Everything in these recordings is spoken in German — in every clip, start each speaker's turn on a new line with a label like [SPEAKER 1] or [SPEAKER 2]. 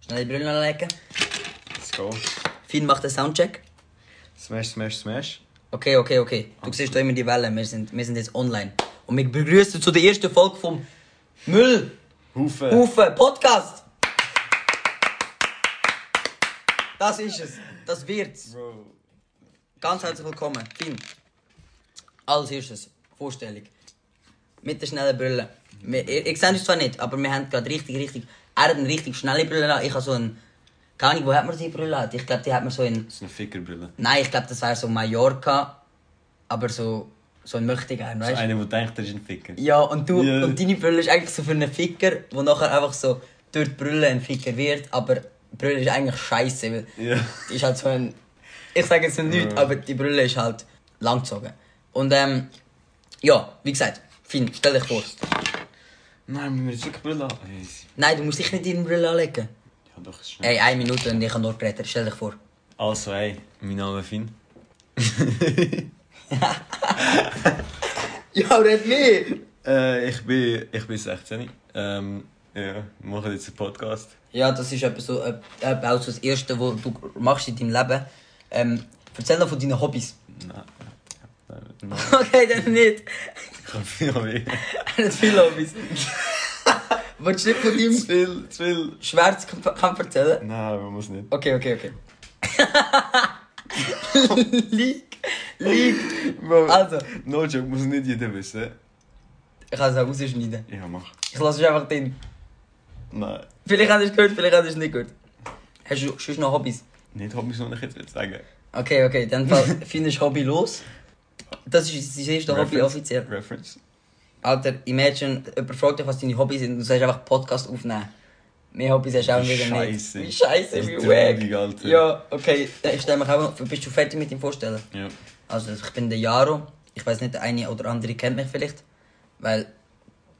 [SPEAKER 1] Schnell die Brille anlegen.
[SPEAKER 2] Let's go.
[SPEAKER 1] Finn macht den Soundcheck.
[SPEAKER 2] Smash, smash, smash.
[SPEAKER 1] Okay, okay, okay. Du siehst da immer die Wellen. Wir sind, wir sind jetzt online. Und wir begrüßen zu der ersten Folge vom Müllhaufen
[SPEAKER 2] Hufe.
[SPEAKER 1] Podcast. Das ist es. Das wird's.
[SPEAKER 2] Bro.
[SPEAKER 1] Ganz herzlich willkommen, Finn. Als erstes, Vorstellung. Mit der schnellen Brille. Wir, ihr, ihr seht uns zwar nicht, aber wir haben gerade richtig, richtig... Er hat eine richtig schnelle Brille an. Ich habe so einen... Keine Ahnung, wo hat man die Brille an? Ich glaube, die hat man so in...
[SPEAKER 2] Das ist eine Fickerbrille.
[SPEAKER 1] Nein, ich glaube, das wäre so Mallorca, aber so, so ein Möchtegern, weißt du?
[SPEAKER 2] Einer, der denkt, er ist ein Ficker.
[SPEAKER 1] Ja, und du,
[SPEAKER 2] Ja.
[SPEAKER 1] und deine Brille ist eigentlich so für einen Ficker, der nachher einfach so durch die Brille ein Ficker wird, aber die Brille ist eigentlich scheiße, weil
[SPEAKER 2] Ja.
[SPEAKER 1] die ist halt so ein. Ich sage jetzt nicht,
[SPEAKER 2] Ja.
[SPEAKER 1] aber die Brille ist halt langgezogen. Und ähm, ja, wie gesagt, Finn, stell dich vor.
[SPEAKER 2] Nein, wir müssen wirklich Brille haben. Hey, sie-
[SPEAKER 1] Nein, du musst dich nicht in die Brille anlegen.
[SPEAKER 2] Ja, doch, ist schnell.
[SPEAKER 1] Ey, eine Minute und ich habe nur geredet, stell dich vor.
[SPEAKER 2] Also, hey, mein Name ist Finn.
[SPEAKER 1] Ja, red mehr!
[SPEAKER 2] Äh, ich bin, ich bin 16. Ähm, ja, wir machen jetzt einen Podcast.
[SPEAKER 1] Ja, das ist etwa so, äh, etwa auch so das Erste, was du machst in deinem Leben. Ähm, erzähl noch von deinen Hobbys.
[SPEAKER 2] Nein. Nein, nein.
[SPEAKER 1] Okay, dann nicht.
[SPEAKER 2] Ich habe viel mehr.
[SPEAKER 1] nicht viele Hobbys. Willst du nicht von
[SPEAKER 2] Zu
[SPEAKER 1] deinem
[SPEAKER 2] viel, zu viel.
[SPEAKER 1] Schwertkampf Kampf erzählen?
[SPEAKER 2] Nein, man muss nicht.
[SPEAKER 1] Okay, okay, okay. Leak! Leak!
[SPEAKER 2] Bro,
[SPEAKER 1] Also.
[SPEAKER 2] No joke, muss nicht jeder wissen.
[SPEAKER 1] Ich kann es auch rausschneiden.
[SPEAKER 2] Ja, Nou, mach.
[SPEAKER 1] Ich lasse es einfach drin.
[SPEAKER 2] Nein.
[SPEAKER 1] Vielleicht hast du es gehört, vielleicht hast du es nicht gehört. Hast du sonst noch Hobbys?
[SPEAKER 2] Nicht Hobbys, sondern ich jetzt will sagen.
[SPEAKER 1] Okay, okay, dann findest du Hobby los. Das ist das erste Hobby
[SPEAKER 2] Reference.
[SPEAKER 1] offiziell.
[SPEAKER 2] Reference.
[SPEAKER 1] Alter, imagine, jemand fragt dich, was deine Hobbys sind und du sagst einfach Podcast aufnehmen. Mehr Hobbys hast du auch
[SPEAKER 2] Wie
[SPEAKER 1] wieder
[SPEAKER 2] scheisse.
[SPEAKER 1] nicht. Wie scheiße, wie
[SPEAKER 2] Wie traurig,
[SPEAKER 1] wack.
[SPEAKER 2] Alter.
[SPEAKER 1] Ja, okay, ich stelle mich auch Bist du fertig mit dem Vorstellen?
[SPEAKER 2] Ja.
[SPEAKER 1] Also, ich bin der Jaro. Ich weiß nicht, der eine oder andere kennt mich vielleicht. Weil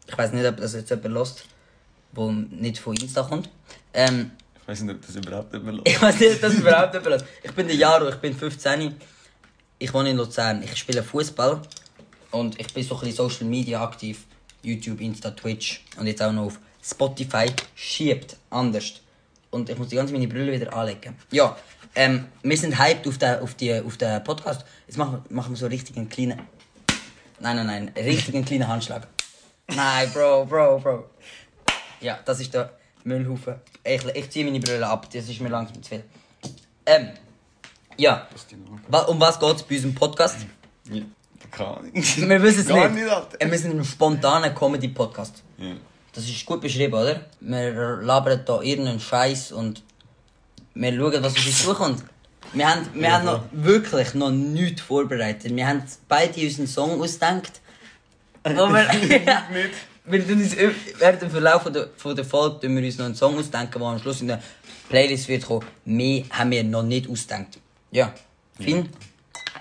[SPEAKER 1] ich weiß nicht, ob das jetzt jemand lost, der nicht von Insta kommt. Ähm,
[SPEAKER 2] Ich weiß nicht, ob das überhaupt jemand
[SPEAKER 1] ich weiß nicht, ob das überhaupt jemand hört. Ich bin der Jaro, ich bin 15. Ich wohne in Luzern. Ich spiele Fußball und ich bin so ein bisschen Social Media aktiv. YouTube, Insta, Twitch und jetzt auch noch auf Spotify. Schiebt anders. Und ich muss die ganze meine Brille wieder anlegen. Ja, ähm, wir sind hyped auf den, auf die, auf den Podcast. Jetzt machen, wir- machen wir so richtig einen kleinen. Nein, nein, nein, richtig einen kleinen Handschlag. Nein, Bro, Bro, Bro. Ja, das ist der Müllhaufen. Ich, ich ziehe meine Brille ab, das ist mir langsam zu viel. Ähm, ja. Wa um was geht es bei unserem Podcast?
[SPEAKER 2] Ja. Keine Ahnung.
[SPEAKER 1] Wir wissen es
[SPEAKER 2] Gar
[SPEAKER 1] nicht.
[SPEAKER 2] nicht, Alter.
[SPEAKER 1] Äh, Wir sind ein spontaner Comedy-Podcast.
[SPEAKER 2] Ja.
[SPEAKER 1] Das ist gut beschrieben, oder? Wir labern da irgendeinen Scheiß und wir schauen, was auf uns zukommt. Wir haben, wir haben noch wirklich noch nichts vorbereitet. Wir haben beide unseren Song ausgedacht. Aber wir tun uns, im- während dem Verlauf von der, von der Folge tun wir uns noch einen Song ausdenken, der am Schluss in der Playlist wird kommen. Mehr haben wir noch nicht ausgedacht. Ja. Finn,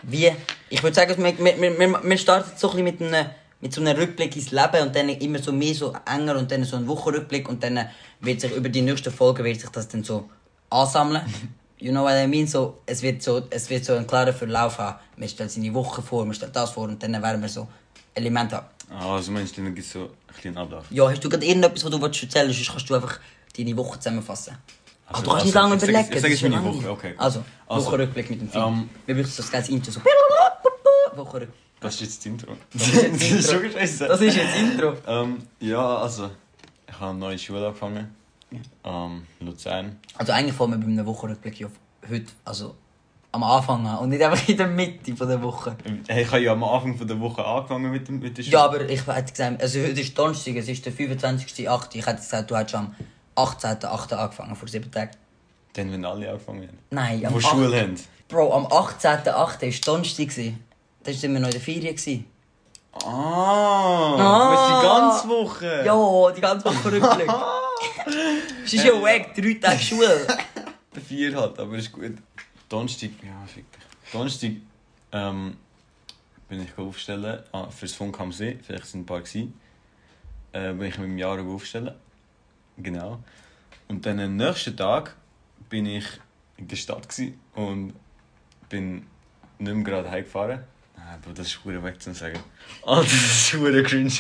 [SPEAKER 1] wie? Ich würde sagen, wir, wir, wir- wir, wir starten so ein bisschen mit, einem, mit so einem Rückblick ins Leben und dann immer so mehr so enger und dann so einen Wochenrückblick und dann wird sich über die nächsten Folgen wird sich das dann so ansammeln. You know what I mean? So, es, wird so, es wird so einen klaren Verlauf haben. Man stellt seine Woche vor, man stellt das vor und dann werden wir so Elemente haben.
[SPEAKER 2] Ah, also meinst du, dann gibt es so einen kleinen Ablauf?
[SPEAKER 1] Ja, hast du gerade irgendetwas, was du willst erzählen willst, sonst kannst du einfach deine Woche zusammenfassen. Ach, du kannst nicht lange
[SPEAKER 2] Also, ich sag-
[SPEAKER 1] überlegen.
[SPEAKER 2] Ich sage
[SPEAKER 1] das ist
[SPEAKER 2] jetzt meine
[SPEAKER 1] ja
[SPEAKER 2] Woche,
[SPEAKER 1] langweilig.
[SPEAKER 2] okay.
[SPEAKER 1] Also,
[SPEAKER 2] Also,
[SPEAKER 1] Wochenrückblick mit dem Film.
[SPEAKER 2] ähm,
[SPEAKER 1] Wir brauchen so das ganze Intro so. Wochenrückblick.
[SPEAKER 2] Das ist jetzt das Intro.
[SPEAKER 1] Das ist jetzt das Intro.
[SPEAKER 2] scheiße.
[SPEAKER 1] Das ist jetzt Intro.
[SPEAKER 2] Ähm, ja, also, ich habe eine neue Schule angefangen. Ähm, in Luzern.
[SPEAKER 1] Also eigentlich fangen wir bei einem Wochenrückblick ja heute, also am Anfang an und nicht einfach in der Mitte von der Woche.
[SPEAKER 2] Hey, ich habe ja am Anfang von der Woche angefangen mit, dem, mit der Schule.
[SPEAKER 1] Ja, aber ich hätte gesagt, also heute ist Donnerstag, es ist der 25.8. Ich hätte gesagt, du hättest am 18.8. angefangen, vor sieben Tagen.
[SPEAKER 2] Dann, wenn alle angefangen haben.
[SPEAKER 1] Nein, am
[SPEAKER 2] Wo
[SPEAKER 1] 18.
[SPEAKER 2] Schule haben.
[SPEAKER 1] Bro, am 18.8. ist Donnerstag. gewesen. Da waren wir noch in der Ferien. gewesen.
[SPEAKER 2] Ah,
[SPEAKER 1] Ah.
[SPEAKER 2] das ist die ganze Woche.
[SPEAKER 1] Ja, die ganze Woche Rückblick. Es ist ja weg, drei Tage Schule.
[SPEAKER 2] Vier halt, aber ist gut. Donnerstag, ja, fick dich. Donnerstag ähm, bin ich aufstellen ah, fürs Funk am See, vielleicht sind ein paar gewesen. Äh, bin ich mit dem Jahr aufstellen. Genau. Und dann am nächsten Tag bin ich in der Stadt gewesen und bin nicht mehr gerade heimgefahren. Nein, Bro, das ist schwer weg zu sagen. Ah, Alter, das ist schwer cringe.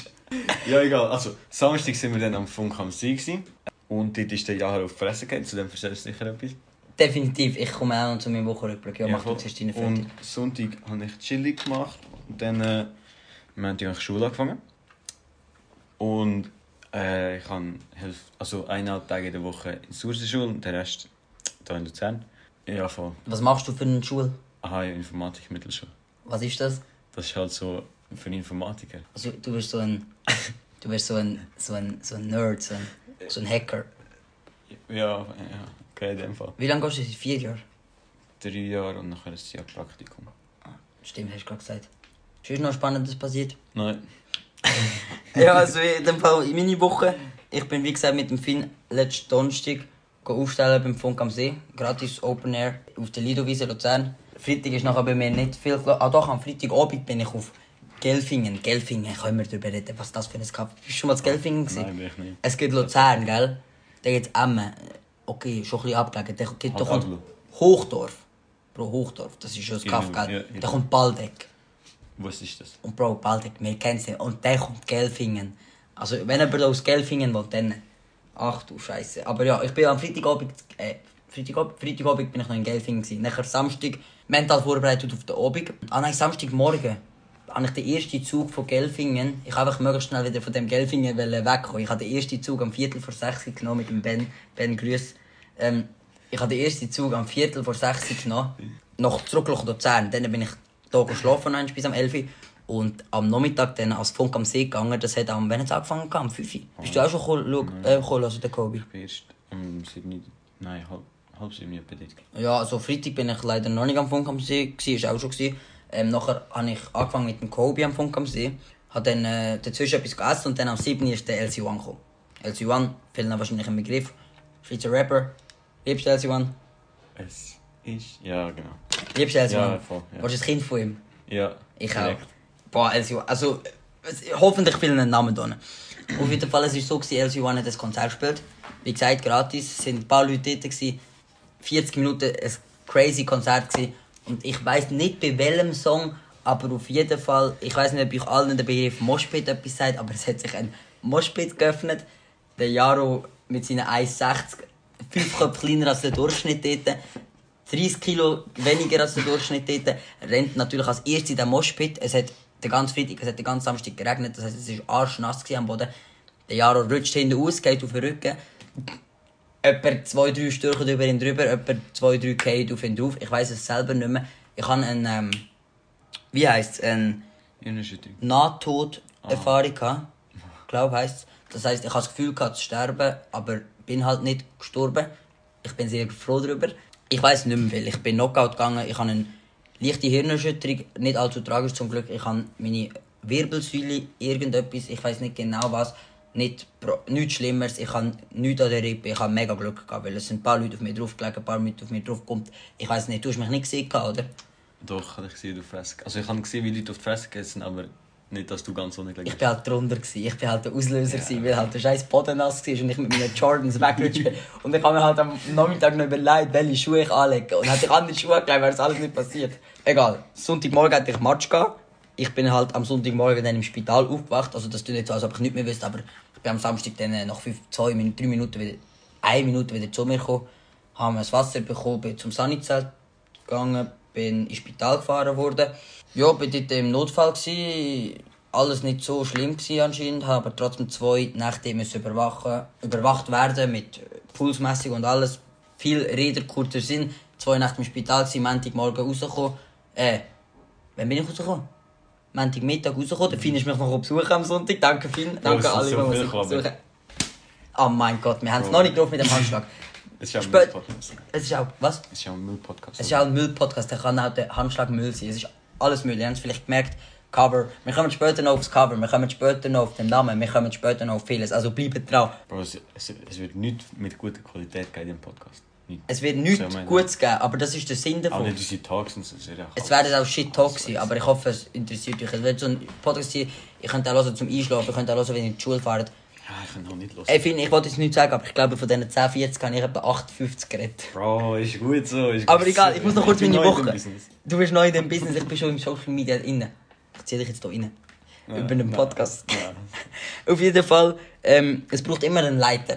[SPEAKER 2] ja, egal. Also, Samstag sind wir dann am Funk am See gewesen. Und dort ist der Jahr auf die Fresse gegangen, zu dem erzählst du sicher etwas.
[SPEAKER 1] Definitiv, ich komme auch noch zu meinem Wochenrückblick. Ja, mach du
[SPEAKER 2] voll.
[SPEAKER 1] zuerst deine
[SPEAKER 2] Und
[SPEAKER 1] Fertig.
[SPEAKER 2] Sonntag habe ich chillig gemacht. Und dann, äh, wir haben ja in der Schule angefangen. Und äh, ich habe Hilf- also eineinhalb Tage in der Woche in Sursenschule und den Rest hier in Luzern. Ja, voll.
[SPEAKER 1] Was machst du für eine Schule?
[SPEAKER 2] Aha, ja, Informatik Mittelschule.
[SPEAKER 1] Was ist das?
[SPEAKER 2] Das ist halt so für Informatiker.
[SPEAKER 1] Also, du bist so ein. Du bist so ein, so ein, so ein Nerd, so ein, so ein Hacker.
[SPEAKER 2] Ja, ja, okay, in dem Fall.
[SPEAKER 1] Wie lange gehst du? jetzt? Vier Jahre?
[SPEAKER 2] Drei Jahre und nachher ein Jahr Praktikum.
[SPEAKER 1] Stimmt, hast du gerade gesagt. Ist sonst noch Spannendes passiert?
[SPEAKER 2] Nein,
[SPEAKER 1] ja, also in dem Fall in meine Woche. Ich bin wie gesagt mit dem Finn letzten Donnerstag go aufstellen beim Funk am See. Gratis Open Air auf der Lidowiese Luzern. Freitag ist nachher bei mir nicht viel gelaufen. Ah doch, am Freitagabend bin ich auf Gelfingen. Gelfingen, können wir darüber reden, was das für ein Kaffee ist. Bist du schon mal zu Gelfingen gewesen?
[SPEAKER 2] nein, bin ich nicht.
[SPEAKER 1] Es gibt Luzern, gell? Dann gibt es Emmen. Okay, schon ein bisschen abgelegen. Dann gibt da
[SPEAKER 2] Halt
[SPEAKER 1] kommt
[SPEAKER 2] Aglo.
[SPEAKER 1] Hochdorf. Bro, Hochdorf, das ist schon das
[SPEAKER 2] Ja,
[SPEAKER 1] Kaff,
[SPEAKER 2] ja,
[SPEAKER 1] gell?
[SPEAKER 2] ja.
[SPEAKER 1] Dann kommt Baldeck.
[SPEAKER 2] Was ist das?
[SPEAKER 1] Und Bro, Baldeck, wir kennen sie. Und dann kommt Gelfingen. Also, wenn jemand aus Gelfingen will, dann. Ach du Scheiße. Aber ja, ich bin am Freitagabend. Äh, Freitagabend, Freitagabend bin ich noch in Gelfingen. Gewesen. Nachher Samstag mental vorbereitet auf den Abend. Ah nein, Samstagmorgen habe ich den ersten Zug von Gelfingen. Ich wollte einfach möglichst schnell wieder von dem Gelfingen wollen wegkommen. Ich habe den ersten Zug am Viertel vor sechs genommen mit dem Ben. Ben Grüß. Ähm, ich habe den ersten Zug am Viertel vor sechs genommen. Noch zurück nach Luzern. Dann bin ich hier geschlafen eins bis am 11 Uhr. Und am Nachmittag dann als Funk am See gegangen. Das hat am, wenn es angefangen hat, am 5 Uhr. Bist du
[SPEAKER 2] Ah.
[SPEAKER 1] auch schon
[SPEAKER 2] Mhm.
[SPEAKER 1] gekommen, äh, gekommen, also der Kobi?
[SPEAKER 2] Ich bin erst am 7. Nein, halb, halb 7 etwa dort.
[SPEAKER 1] Ja, also Freitag bin ich leider noch nicht am Funk am See, gsi, ist auch schon gsi. Ähm, nachher habe ich angefangen mit dem Kobe am Funk am See, habe dann äh, dazwischen etwas gegessen und dann am 7. ist der LC One gekommen. LC One, fehlt noch wahrscheinlich im Begriff, Schweizer Rapper. Liebst du LC One?
[SPEAKER 2] Es ist. Ja, genau.
[SPEAKER 1] Liebst du LC
[SPEAKER 2] Ja,
[SPEAKER 1] One?
[SPEAKER 2] voll, ja.
[SPEAKER 1] Warst du ein Kind von ihm?
[SPEAKER 2] Ja.
[SPEAKER 1] Ich auch.
[SPEAKER 2] direkt.
[SPEAKER 1] Boah, LC One, also äh, es- hoffentlich fiel einen Namen drin. Auf jeden Fall, es war so, gewesen, LC One hat das Konzert gespielt. Wie gesagt, gratis, es sind ein paar Leute dort, gewesen. 40 Minuten, ein crazy Konzert gewesen. Und ich weiss nicht bei welchem Song, aber auf jeden Fall, ich weiss nicht, ob euch allen der Begriff Moshpit etwas sagt, aber es hat sich ein Moshpit geöffnet. Der Jaro mit seinen 1,60, 5 Köpfe kleiner als der Durchschnitt dort, 30 Kilo weniger als der Durchschnitt dort, rennt natürlich als erstes in den Moshpit. Es hat den ganzen Freitag, es hat den ganzen Samstag geregnet, das heisst, es war arschnass gewesen am Boden. Der Jaro rutscht hinten aus, geht auf den Rücken etwa zwei, drei Stürchen über ihn drüber, etwa zwei, drei fallen auf ihn drauf. Ich weiß es selber nicht mehr. Ich habe einen, ähm, wie heisst es, eine
[SPEAKER 2] Hirnerschütterung.
[SPEAKER 1] Nahtoderfahrung gehabt. Glaube heisst es. Das heisst, ich habe das Gefühl gehabt zu sterben, aber bin halt nicht gestorben. Ich bin sehr froh darüber. Ich weiß nicht mehr viel. Ich bin Knockout gegangen. Ich habe eine leichte Hirnerschütterung. Nicht allzu tragisch zum Glück. Ich habe meine Wirbelsäule, irgendetwas, ich weiß nicht genau was, nicht, pro- nichts Schlimmeres. Ich habe nichts an der Rippe. Ich habe mega Glück gehabt, weil es sind ein paar Leute auf mich draufgelegt, ein paar Leute auf mich draufgekommen. Ich weiß nicht, du hast mich nicht gesehen, gehabt, oder?
[SPEAKER 2] Doch, habe ich gesehen, du Fresse. Also ich habe gesehen, wie Leute auf die Fresse gegessen, aber nicht, dass du ganz unten
[SPEAKER 1] Ich
[SPEAKER 2] gelegen
[SPEAKER 1] bin halt drunter, gewesen. ich bin halt der Auslöser, gewesen, weil halt der scheiß Boden nass war und ich mit meinen Jordans weggerutscht bin. Und ich habe mir halt am Nachmittag noch überlegt, welche Schuhe ich anlege. Und hätte ich andere Schuhe angelegt, wäre das alles nicht passiert. Egal, Sonntagmorgen hatte ich Matsch gehabt. Ich bin halt am Sonntagmorgen dann im Spital aufgewacht. Also das tut jetzt so, als ob ich nichts mehr wüsste, aber ich bin am Samstag dann äh, nach fünf, zwei, Minuten, drei Minuten wieder, eine Minute wieder zu mir gekommen. Haben ein Wasser bekommen, bin zum Sanitär gegangen, bin ins Spital gefahren worden. Ja, bin dort im Notfall gsi. Alles nicht so schlimm gsi anscheinend, habe aber trotzdem zwei Nächte müssen überwachen, überwacht werden mit Pulsmessung und alles. Viel Rede kurzer Sinn. Zwei Nächte im Spital gsi, Montagmorgen rausgekommen. Äh, wann bin ich rausgekommen? Montagmittag rausgekommen. Der Finn ist mich noch besuchen am Sonntag. Danke Finn, danke
[SPEAKER 2] es
[SPEAKER 1] alle, die
[SPEAKER 2] sind so
[SPEAKER 1] mich
[SPEAKER 2] viele
[SPEAKER 1] besuchen.
[SPEAKER 2] gekommen.
[SPEAKER 1] Oh mein Gott, wir haben es
[SPEAKER 2] Bro.
[SPEAKER 1] noch nicht drauf mit dem Handschlag.
[SPEAKER 2] Es ist ja ein
[SPEAKER 1] Spät-
[SPEAKER 2] Müll-Podcast.
[SPEAKER 1] Es ist auch, was?
[SPEAKER 2] Es ist ja ein Müll-Podcast.
[SPEAKER 1] Es ist auch ein Müll-Podcast, da kann auch der Handschlag Müll sein. Es ist alles Müll, ihr habt es vielleicht gemerkt. Cover. Wir kommen später noch aufs Cover, wir kommen später noch auf den Namen, wir kommen später noch auf vieles. Also bleibt dran.
[SPEAKER 2] Bro, es, es, es wird nichts mit guter Qualität geben in dem Podcast. Nicht.
[SPEAKER 1] Es wird nichts
[SPEAKER 2] So, meine-
[SPEAKER 1] Gutes geben, aber das ist der Sinn
[SPEAKER 2] Auch nicht
[SPEAKER 1] davon.
[SPEAKER 2] unsere Talks und so. Es wird ja
[SPEAKER 1] Es werden auch shit Talk sein, aber ich hoffe, es interessiert euch. Es wird so ein Podcast sein, ihr könnt auch hören zum Einschlafen, ihr könnt auch hören, wenn ihr in die Schule fahrt.
[SPEAKER 2] Ja, ich kann auch nicht los.
[SPEAKER 1] Ey, Finn, ich wollte jetzt nichts sagen, aber ich glaube, von diesen 10, 40 habe ich etwa 8, 50 geredet.
[SPEAKER 2] Bro, ist gut so. Ist
[SPEAKER 1] Aber
[SPEAKER 2] gut
[SPEAKER 1] egal,
[SPEAKER 2] so.
[SPEAKER 1] ich muss noch kurz
[SPEAKER 2] bin
[SPEAKER 1] meine
[SPEAKER 2] neu in dem
[SPEAKER 1] Woche.
[SPEAKER 2] Business.
[SPEAKER 1] Du bist neu in dem Business, ich bin schon im Social Media inne. Ich zieh dich jetzt hier rein. Über den
[SPEAKER 2] nein,
[SPEAKER 1] Podcast.
[SPEAKER 2] nein.
[SPEAKER 1] Auf jeden Fall, ähm, es braucht immer einen Leiter.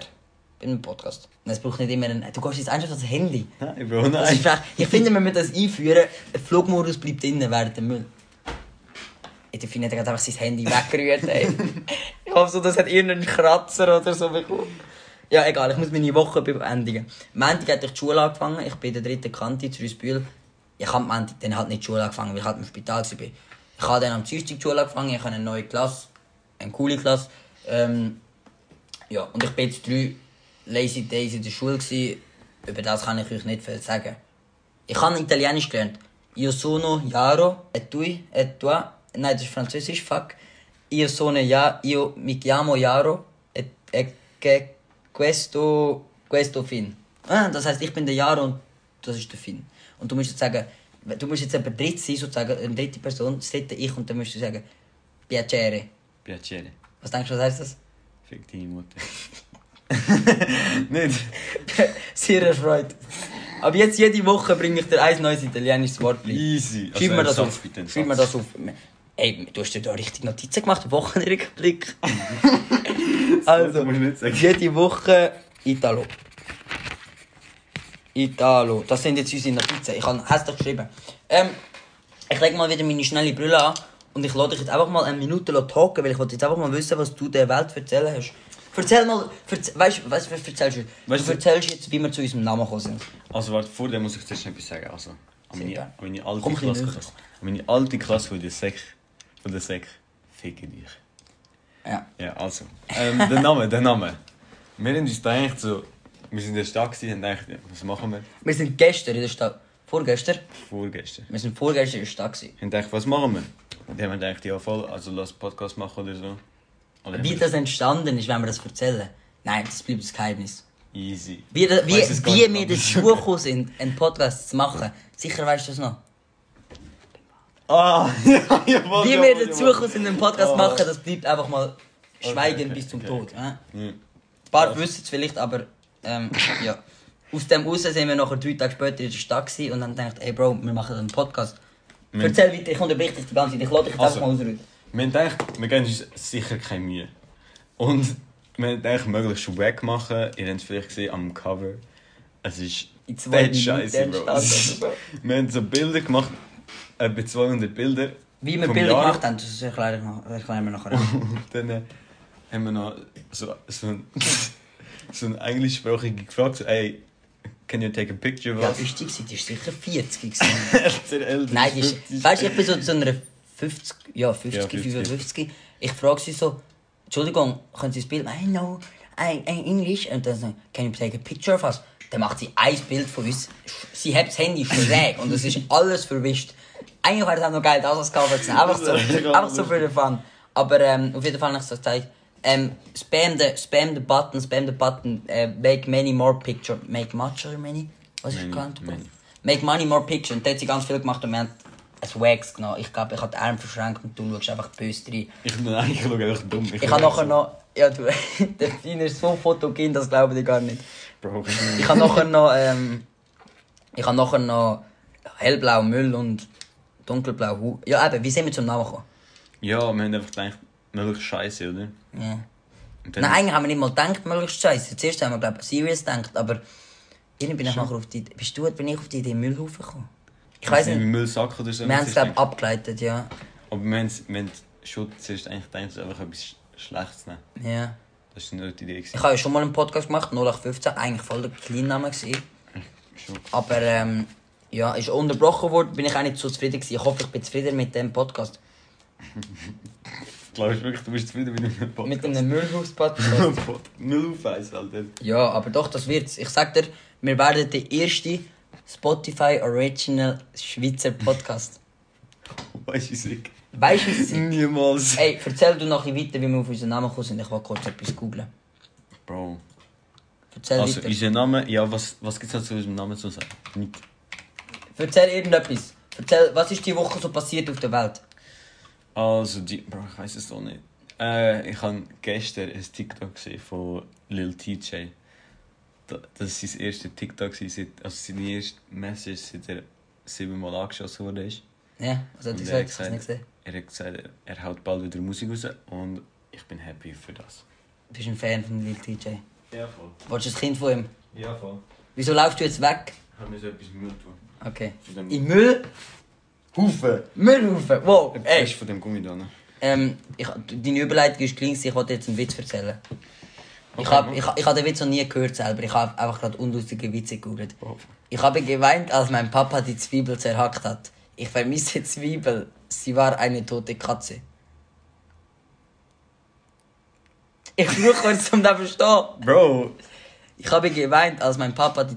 [SPEAKER 1] in einem Podcast. Und Es braucht nicht immer einen. Du gehst jetzt einfach ans Handy.
[SPEAKER 2] Nein, Bro,
[SPEAKER 1] Das ist
[SPEAKER 2] nein.
[SPEAKER 1] frech. Ich finde, wenn wir das einführen, der Flugmodus bleibt innen während dem Müll. Ich finde, der hat einfach sein Handy weggerührt. Ey. ich hoffe, so, das hat irgendeinen Kratzer oder so bekommen. Ja, egal, ich muss meine Woche beendigen. Montag hat ich die Schule angefangen. Ich bin in der dritten Kante zu Rüsbühl. Ich habe Montag dann halt nicht die Schule angefangen, weil ich halt im Spital war. Ich habe dann am Dienstag die Schule angefangen. Ich habe eine neue Klasse, eine coole Klasse. Ähm, ja, und ich bin jetzt drei Lazy Days in der Schule. Gewesen. Über das kann ich euch nicht viel sagen. Ich habe Italienisch gelernt. Io sono Jaro, e tu, e tua. Nein, das ist Französisch, fuck. Io sono ja, io mi chiamo Jaro, e, e che questo, questo Finn. Ah, das heißt, ich bin der Jaro und das ist der Finn. Und du musst jetzt sagen, du musst jetzt jemand dritt sein, sozusagen, eine dritte Person, das dritte Ich, und dann musst du sagen, piacere.
[SPEAKER 2] Piacere.
[SPEAKER 1] Was denkst du, was heißt das?
[SPEAKER 2] Fick deine Mutter. nicht.
[SPEAKER 1] Sehr erfreut. Aber jetzt jede Woche bringe ich dir ein neues italienisches Wort bei.
[SPEAKER 2] Easy.
[SPEAKER 1] Schreib mir
[SPEAKER 2] also ein
[SPEAKER 1] das
[SPEAKER 2] Satz,
[SPEAKER 1] auf.
[SPEAKER 2] bitte, ein
[SPEAKER 1] Schreib mir
[SPEAKER 2] Satz.
[SPEAKER 1] das auf. Ey, du hast dir da richtig Notizen gemacht, einen Wochenrückblick.
[SPEAKER 2] Das
[SPEAKER 1] also,
[SPEAKER 2] musst du nicht sagen.
[SPEAKER 1] jede Woche Italo. Italo. Das sind jetzt unsere Notizen. Ich habe hässlich geschrieben. Ähm, ich lege mal wieder meine schnelle Brille an und ich lade dich jetzt einfach mal eine Minute talken, weil ich wollte jetzt einfach mal wissen, was du der Welt erzählen hast. Erzähl mal, verz weißt du, was, was erzählst du?
[SPEAKER 2] Weißt
[SPEAKER 1] du
[SPEAKER 2] du-
[SPEAKER 1] erzählst jetzt, wie wir zu unserem Namen gekommen sind.
[SPEAKER 2] Also warte, vor dem muss ich zuerst etwas sagen. Also, an meine,
[SPEAKER 1] gerne.
[SPEAKER 2] an meine alte
[SPEAKER 1] Komm, ein bisschen
[SPEAKER 2] Klasse.
[SPEAKER 1] näher.
[SPEAKER 2] An meine alte Klasse von der Sek. Von der Sek. Ficke dich.
[SPEAKER 1] Ja.
[SPEAKER 2] Ja, also. Ähm, der Name, der Name. Wir haben uns da eigentlich so... Wir sind in der Stadt gewesen, haben gedacht, ja, was machen wir?
[SPEAKER 1] Wir sind gestern in der Stadt. Vorgestern?
[SPEAKER 2] Vorgestern.
[SPEAKER 1] Wir sind vorgestern in der Stadt. gewesen.
[SPEAKER 2] haben gedacht, was machen wir? Und dann haben wir gedacht, ja voll, also lass einen Podcast machen oder so. Oder
[SPEAKER 1] Wie
[SPEAKER 2] haben
[SPEAKER 1] das entstanden ist, wenn wir das erzählen. Nein, das bleibt ein Geheimnis.
[SPEAKER 2] wir- Easy.
[SPEAKER 1] Wie, da,
[SPEAKER 2] Ich
[SPEAKER 1] wie,
[SPEAKER 2] weiss es gar
[SPEAKER 1] wie wir
[SPEAKER 2] nicht,
[SPEAKER 1] dazu
[SPEAKER 2] aber-
[SPEAKER 1] gekommen sind, einen Podcast zu machen. Sicher weißt du das noch.
[SPEAKER 2] Ah, ja, jawohl,
[SPEAKER 1] Wie
[SPEAKER 2] jawohl,
[SPEAKER 1] wir dazu gekommen sind, einen Podcast zu
[SPEAKER 2] Ah.
[SPEAKER 1] machen, das bleibt einfach mal schweigen
[SPEAKER 2] okay,
[SPEAKER 1] bis zum
[SPEAKER 2] okay,
[SPEAKER 1] Tod.
[SPEAKER 2] okay.
[SPEAKER 1] ja.
[SPEAKER 2] jawohl. Hm.
[SPEAKER 1] Ein paar wissen es vielleicht, aber ähm, ja. Aus dem raus sind wir nachher drei Tage später in der Stadt gewesen und haben gedacht, ey Bro, wir machen einen Podcast. Erzähl weiter, ich unterbreche dich die ganze Zeit, ich lade dich jetzt
[SPEAKER 2] Also.
[SPEAKER 1] einfach mal ausrühren.
[SPEAKER 2] Wir haben gedacht, wir geben uns sicher keine Mühe. Und wir haben gedacht, möglichst wack machen. Ihr habt es vielleicht gesehen am Cover. Es ist
[SPEAKER 1] In zwei
[SPEAKER 2] dead
[SPEAKER 1] Minuten
[SPEAKER 2] scheisse, Bro.
[SPEAKER 1] entstanden, Bro.
[SPEAKER 2] wir haben so Bilder gemacht, etwa 200 Bilder.
[SPEAKER 1] Wie wir
[SPEAKER 2] vom
[SPEAKER 1] Bilder
[SPEAKER 2] Jahr.
[SPEAKER 1] gemacht haben, das erkläre ich noch- erklären wir nachher.
[SPEAKER 2] Und dann äh, haben wir noch so, so, ein, so einen englischsprachigen gefragt, so, ey, can you take a picture of
[SPEAKER 1] Ja,
[SPEAKER 2] us?
[SPEAKER 1] ist die gewesen? Die ist sicher 40 gewesen.
[SPEAKER 2] Der Eltern
[SPEAKER 1] Nein, die ist,
[SPEAKER 2] 50.
[SPEAKER 1] weißt du, ich bin so zu einer 50, ja 50,
[SPEAKER 2] Ja, 50.
[SPEAKER 1] 55. Ich frage sie so, Entschuldigung, können Sie das Bild, I know, I, I English, und dann sagen, can you take a picture of us? Dann macht sie ein Bild von uns, sie hat das Handy schräg und es ist alles verwischt. Eigentlich wäre es auch noch geil, das als Cover zu nehmen, einfach so,
[SPEAKER 2] Das ist echt
[SPEAKER 1] einfach so für den Fun. Aber ähm, auf jeden Fall habe ich es gezeigt. Ähm, spam the, spam the button, spam the button, äh, make many more picture, make much or many? Was ist
[SPEAKER 2] Many,
[SPEAKER 1] bekannt?
[SPEAKER 2] many.
[SPEAKER 1] Make money, more picture. Und da hat sie ganz viel gemacht und wir haben ein Wax genommen. Ich glaube, ich habe den Arm verschränkt und du schaust einfach böse rein.
[SPEAKER 2] Ich bin eigentlich schau echt dumm.
[SPEAKER 1] Ich habe nachher noch... Ja, du... der Fien ist so fotogen, das glaube ich dir gar nicht.
[SPEAKER 2] Bro.
[SPEAKER 1] Ich habe nachher noch... Ähm, ich habe nachher noch hellblau Müll und dunkelblau Hu... Ja eben, wie sind wir zum Namen gekommen?
[SPEAKER 2] Ja, wir haben einfach gedacht, möglichst scheiße, oder?
[SPEAKER 1] Ja.
[SPEAKER 2] Und dann,
[SPEAKER 1] Nein, eigentlich haben wir nicht mal gedacht, möglichst scheiße. Zuerst haben wir, glaube ich, serious gedacht, aber... Irgendwie bin ich nachher auf die... Bist du, bin ich auf die Idee Müllhaufen gekommen? Ich weiß
[SPEAKER 2] Wie
[SPEAKER 1] nicht.
[SPEAKER 2] Müllsack oder so.
[SPEAKER 1] Wir haben es,
[SPEAKER 2] zuerst
[SPEAKER 1] glaube ich,
[SPEAKER 2] gedacht.
[SPEAKER 1] abgeleitet, ja.
[SPEAKER 2] Aber wir haben, es- wir haben schon zuerst eigentlich gedacht, es ist einfach etwas Schlechtes zu nehmen.
[SPEAKER 1] Ja.
[SPEAKER 2] Das war nur die Idee.
[SPEAKER 1] Ich
[SPEAKER 2] Gewesen.
[SPEAKER 1] habe ja schon mal einen Podcast gemacht, 0815, eigentlich voll der Kleinname gewesen.
[SPEAKER 2] Schon.
[SPEAKER 1] Aber ähm, ja, ist unterbrochen worden, bin ich auch nicht so zufrieden gewesen. Ich hoffe, ich bin zufrieden mit dem Podcast.
[SPEAKER 2] Glaubst du wirklich, du bist zufrieden mit dem Podcast?
[SPEAKER 1] Mit einem Müllhaus-Podcast.
[SPEAKER 2] Null auf eins, Alter.
[SPEAKER 1] ja, aber doch, das wird's. Ich sag dir, wir werden der erste Spotify Original Schweizer Podcast.
[SPEAKER 2] Weißt du, wie sick?
[SPEAKER 1] Weißt du, was ich
[SPEAKER 2] Niemals.
[SPEAKER 1] Ey, erzähl du noch ein bisschen weiter, wie wir auf unseren Namen gekommen sind. Ich will kurz etwas googlen.
[SPEAKER 2] Bro.
[SPEAKER 1] Erzähl
[SPEAKER 2] also,
[SPEAKER 1] weiter.
[SPEAKER 2] unser Name, ja, was, was gibt es zu unserem Namen zu sagen? Nicht.
[SPEAKER 1] Erzähl irgendetwas. Erzähl, was ist die Woche so passiert auf der Welt?
[SPEAKER 2] Also, die, Bro, ich weiß es doch nicht. Äh, ich habe gestern ein TikTok gesehen von Lil TJ. Da- Das war sein erster TikTok, gewesen, seit- also seine erste Message, seit er siebenmal angeschossen wurde. ist.
[SPEAKER 1] Ja, was hat
[SPEAKER 2] Und
[SPEAKER 1] ich
[SPEAKER 2] er hat
[SPEAKER 1] gesagt? Ich hab's
[SPEAKER 2] gesagt-
[SPEAKER 1] nicht gesehen.
[SPEAKER 2] Er hat gesagt, er, er haut bald wieder Musik raus und ich bin happy für das.
[SPEAKER 1] Du bist ein Fan von Lil TJ.
[SPEAKER 2] Ja, voll.
[SPEAKER 1] Willst du das Kind von ihm?
[SPEAKER 2] Ja, voll.
[SPEAKER 1] Wieso läufst du jetzt weg?
[SPEAKER 2] Haben wir so etwas im Müll tun.
[SPEAKER 1] Okay.
[SPEAKER 2] Von dem
[SPEAKER 1] In Müll?
[SPEAKER 2] Haufen!
[SPEAKER 1] Müll rauf! Wow!
[SPEAKER 2] Ey.
[SPEAKER 1] Ey!
[SPEAKER 2] Ist von dem Gummi da, ne?
[SPEAKER 1] Ähm, ich, deine Überleitung ist klein, gewesen, ich wollte jetzt einen Witz erzählen. ich
[SPEAKER 2] Okay,
[SPEAKER 1] habe
[SPEAKER 2] mach.
[SPEAKER 1] ich, ich hab den Witz noch nie gehört selber, ich habe einfach gerade unlustige Witze gegoogelt.
[SPEAKER 2] Oh.
[SPEAKER 1] Ich habe geweint, als mein Papa die Zwiebel zerhackt hat. Ich vermisse Zwiebel, sie war eine tote Katze. Ich brauche kurz, um das zu verstehen.
[SPEAKER 2] Bro!
[SPEAKER 1] Ich habe geweint, als mein Papa die...